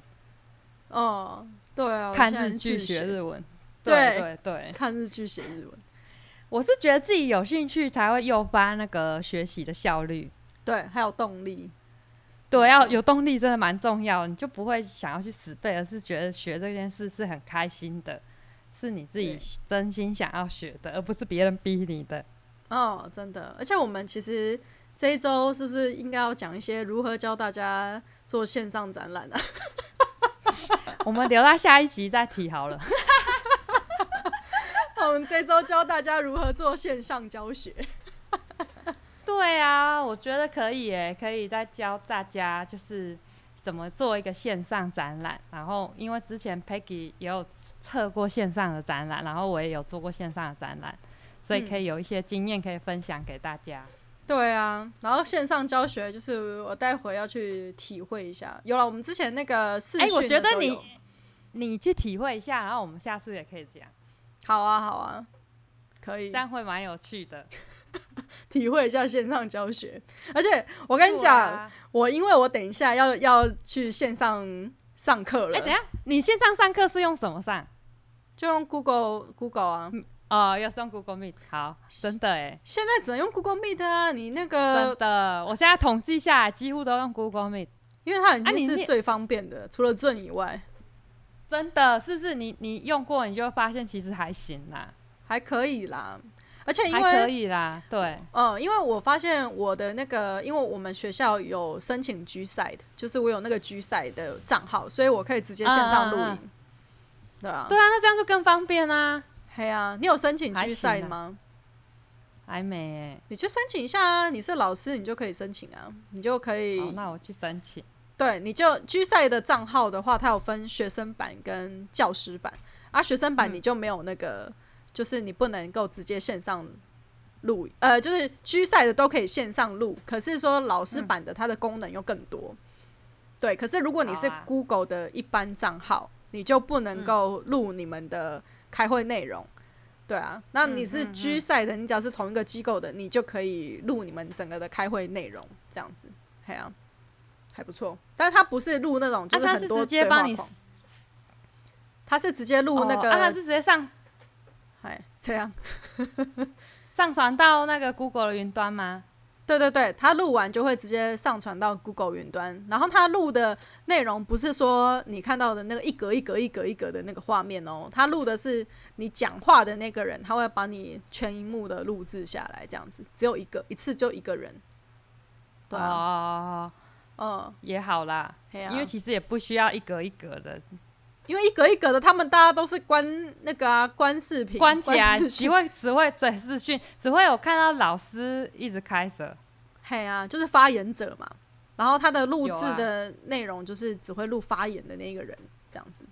Speaker 1: 哦，对啊，我
Speaker 2: 看
Speaker 1: 现在
Speaker 2: 日剧
Speaker 1: 自学
Speaker 2: 学日文。
Speaker 1: 对
Speaker 2: 对对，
Speaker 1: 看日剧写日文，
Speaker 2: 我是觉得自己有兴趣才会诱发那个学习的效率。
Speaker 1: 对，还有动力。
Speaker 2: 对，
Speaker 1: 没
Speaker 2: 要
Speaker 1: 错
Speaker 2: 有动力真的蛮重要，你就不会想要去死背，而是觉得学这件事是很开心的，是你自己
Speaker 1: 对
Speaker 2: 真心想要学的，而不是别人逼你的。
Speaker 1: 哦，真的，而且我们其实这一周是不是应该要讲一些如何教大家做线上展览啊？
Speaker 2: 我们留到下一集再提好了。
Speaker 1: 我们这周教大家如何做线上教学。
Speaker 2: 对啊，我觉得可以诶，可以再教大家就是怎么做一个线上展览。然后，因为之前 Peggy 也有测过线上的展览，然后我也有做过线上的展览，所以可以有一些经验可以分享给大家。
Speaker 1: 对啊，然后线上教学就是我待会要去体会一下。有了，我们之前那个视
Speaker 2: 哎
Speaker 1: 讯的时候有，
Speaker 2: 我觉得你你去体会一下，然后我们下次也可以讲，
Speaker 1: 好啊，好啊，可以
Speaker 2: 这样会蛮有趣的。
Speaker 1: 体会一下线上教学。而且我跟你讲，
Speaker 2: 对啊，
Speaker 1: 我因为我等一下要要去线上上课了，
Speaker 2: 哎、等一下你线上上课是用什么上？
Speaker 1: 就用 Google Google 啊，
Speaker 2: 哦，要是用 Google Meet。好，真的哎，
Speaker 1: 现在只能用 Google Meet 啊，你那
Speaker 2: 真
Speaker 1: 个，
Speaker 2: 的，我现在统计下来几乎都用 Google Meet。
Speaker 1: 因为它已
Speaker 2: 啊你
Speaker 1: 经是
Speaker 2: 念
Speaker 1: 最方便的，除了 Zoom 以外，
Speaker 2: 真的是不是你你用过你就会发现其实还行啦，
Speaker 1: 还可以啦。而且因
Speaker 2: 还可
Speaker 1: 为，
Speaker 2: 以啦，对，
Speaker 1: 嗯，因为我发现我的那个，因为我们学校有申请 G 赛的，就是我有那个 G 赛的账号，所以我可以直接线上录
Speaker 2: 嗯
Speaker 1: 影。对啊，
Speaker 2: 对啊，那这样就更方便啊。
Speaker 1: 嘿啊，你有申请
Speaker 2: 还
Speaker 1: G 赛
Speaker 2: 行啊
Speaker 1: 吗？
Speaker 2: 还没
Speaker 1: 你去申请一下啊！你是老师，你就可以申请啊，你就可
Speaker 2: 欸，
Speaker 1: 以
Speaker 2: 好，那我去申请。
Speaker 1: 对，你就 G 赛的账号的话，它有分学生版跟教师版，啊，学生版
Speaker 2: 嗯
Speaker 1: 你就没有那个，就是你不能够直接线上录，呃，就是 G 赛的都可以线上录，可是说老
Speaker 2: 嗯
Speaker 1: 师版的它的功能又更多。对，可是如果你是
Speaker 2: 好啊嗯
Speaker 1: Google 的一般账号，你就不能够录你们的开会内容。对啊，那你是
Speaker 2: 嗯嗯嗯
Speaker 1: G 赛的，你只要是同一个机构的，你就可以录你们整个的开会内容，这样子，嘿啊，还不错。但是它不是录那种，就是
Speaker 2: 啊，他
Speaker 1: 很
Speaker 2: 是
Speaker 1: 多
Speaker 2: 直接帮你
Speaker 1: 对话框它是直接录那
Speaker 2: 哦啊，他
Speaker 1: 个，
Speaker 2: 是直接上
Speaker 1: 哎、这样
Speaker 2: 上传到那个 Google 的云端吗？
Speaker 1: 对对对，他录完就会直接上传到 Google 云端，然后他录的内容不是说你看到的那个一格一格一格一格的那个画面哦，他录的是你讲话的那个人，他会把你全荧幕的录制下来，这样子只有一个，一次就一个人。对啊，
Speaker 2: 哦，
Speaker 1: 嗯，
Speaker 2: 也好啦，
Speaker 1: 嘿啊
Speaker 2: 因为其实也不需要一格一格的
Speaker 1: 因为一格一格的，他们大家都是关那个啊，关视频，
Speaker 2: 关起来，
Speaker 1: 视
Speaker 2: 只
Speaker 1: 讯，
Speaker 2: 会只会对视讯，只会有看到老师一直开着。
Speaker 1: 嘿啊，就是发言者嘛。然后他的录
Speaker 2: 有
Speaker 1: 制
Speaker 2: 啊
Speaker 1: 的内容就是只会录发言的那个人，这样子。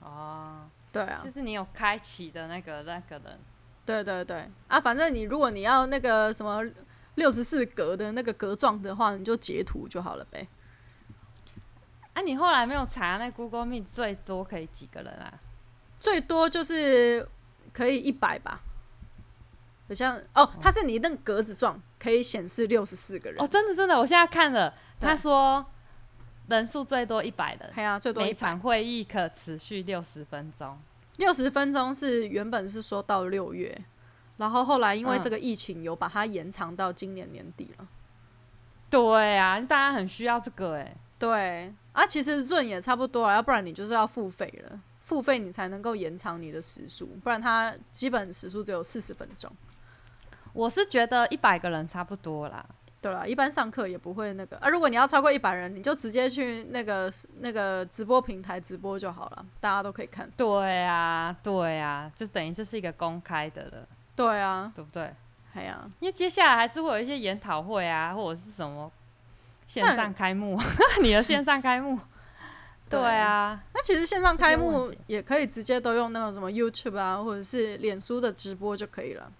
Speaker 2: 哦，
Speaker 1: 对啊，
Speaker 2: 就是你有开启的那个那个人，
Speaker 1: 对对对啊，反正你如果你要那个什么六十四格的那个格状的话，你就截图就好了呗。
Speaker 2: 啊，你后来没有查那 Google Meet 最多可以几个人啊？
Speaker 1: 最多就是可以一百吧，好像哦，它是你那个格子状，可以显示六十四个人。
Speaker 2: 哦，真的真的，我现在看了，
Speaker 1: 对
Speaker 2: 他说人数最多一百人，
Speaker 1: 嘿啊，最多
Speaker 2: 每场会议可持续六十分钟。
Speaker 1: 六十分钟是原本是说到六月，然后后来因为
Speaker 2: 嗯
Speaker 1: 这个疫情有把它延长到今年年底了。
Speaker 2: 对啊，大家很需要这个哎、
Speaker 1: 对啊，其实润也差不多啊了，要不然你就是要付费了，付费你才能够延长你的时数，不然它基本时数只有四十分钟。
Speaker 2: 我是觉得一百个人差不多啦。
Speaker 1: 对了，一般上课也不会那个啊。如果你要超过一百人，你就直接去那个那个直播平台直播就好了，大家都可以看。
Speaker 2: 对啊，对啊，就等于就是一个公开的了，
Speaker 1: 对啊，
Speaker 2: 对不对？
Speaker 1: 哎呀、
Speaker 2: 因为接下来还是会有一些研讨会啊，或者是什么线
Speaker 1: 那
Speaker 2: 上开幕， 你的线上开幕。
Speaker 1: 对
Speaker 2: 对啊，
Speaker 1: 那其实线上开
Speaker 2: 这些
Speaker 1: 幕
Speaker 2: 忘记
Speaker 1: 也可以直接都用那种什么 YouTube 啊，或者是脸书的直播就可以了。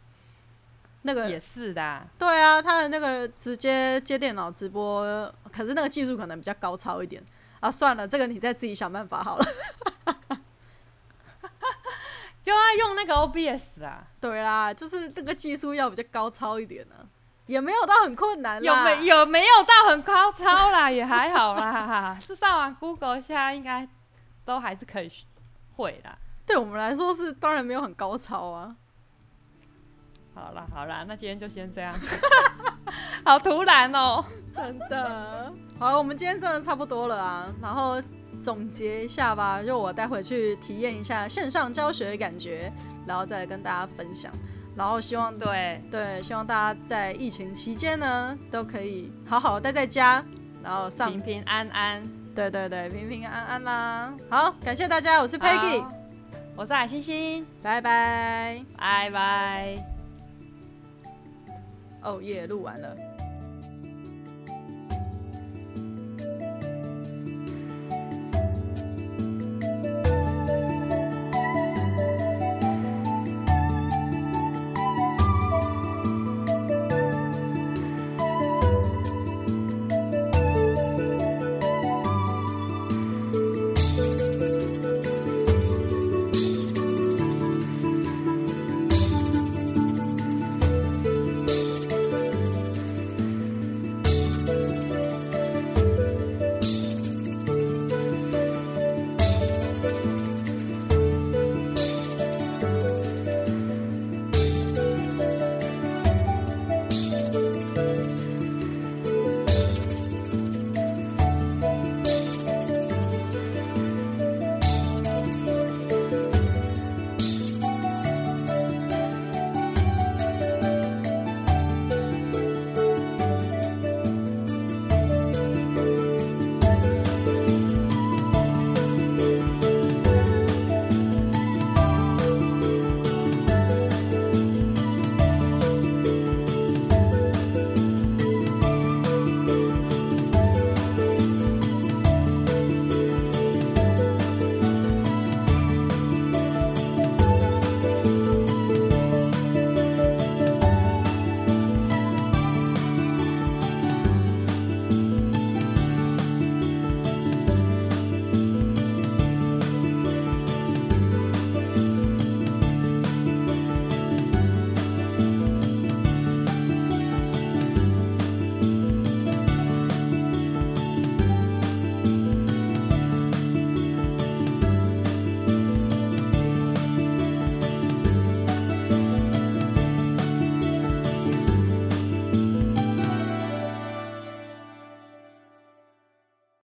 Speaker 1: 那个
Speaker 2: 也是的啊、
Speaker 1: 对啊，他的那个直接接电脑直播，可是那个技术可能比较高超一点啊。算了，这个你再自己想办法好了。
Speaker 2: 就要用那个 OBS 啦，
Speaker 1: 对啦，就是这个技术要比较高超一点呢、啊也没有到很困难
Speaker 2: 有
Speaker 1: 啦。
Speaker 2: 没有没有到很高超啦， 也还好啦，是上网 Google 一下，应该都还是可以会啦。
Speaker 1: 对我们来说是当然没有很高超啊。
Speaker 2: 好啦好啦，那今天就先这样， 好突然哦、
Speaker 1: 真的。好了，我们今天真的差不多了啊。然后总结一下吧，就我待会去体验一下线上教学的感觉，然后再来跟大家分享。然后希望
Speaker 2: 对，
Speaker 1: 对，希望大家在疫情期间呢，都可以好好待在家，然后上
Speaker 2: 平平安安。
Speaker 1: 对对对，平平安安啦。好，感谢大家，我是 Peggy，
Speaker 2: 好我是海星星，
Speaker 1: 拜拜。
Speaker 2: 拜拜。
Speaker 1: 哦耶，录完了。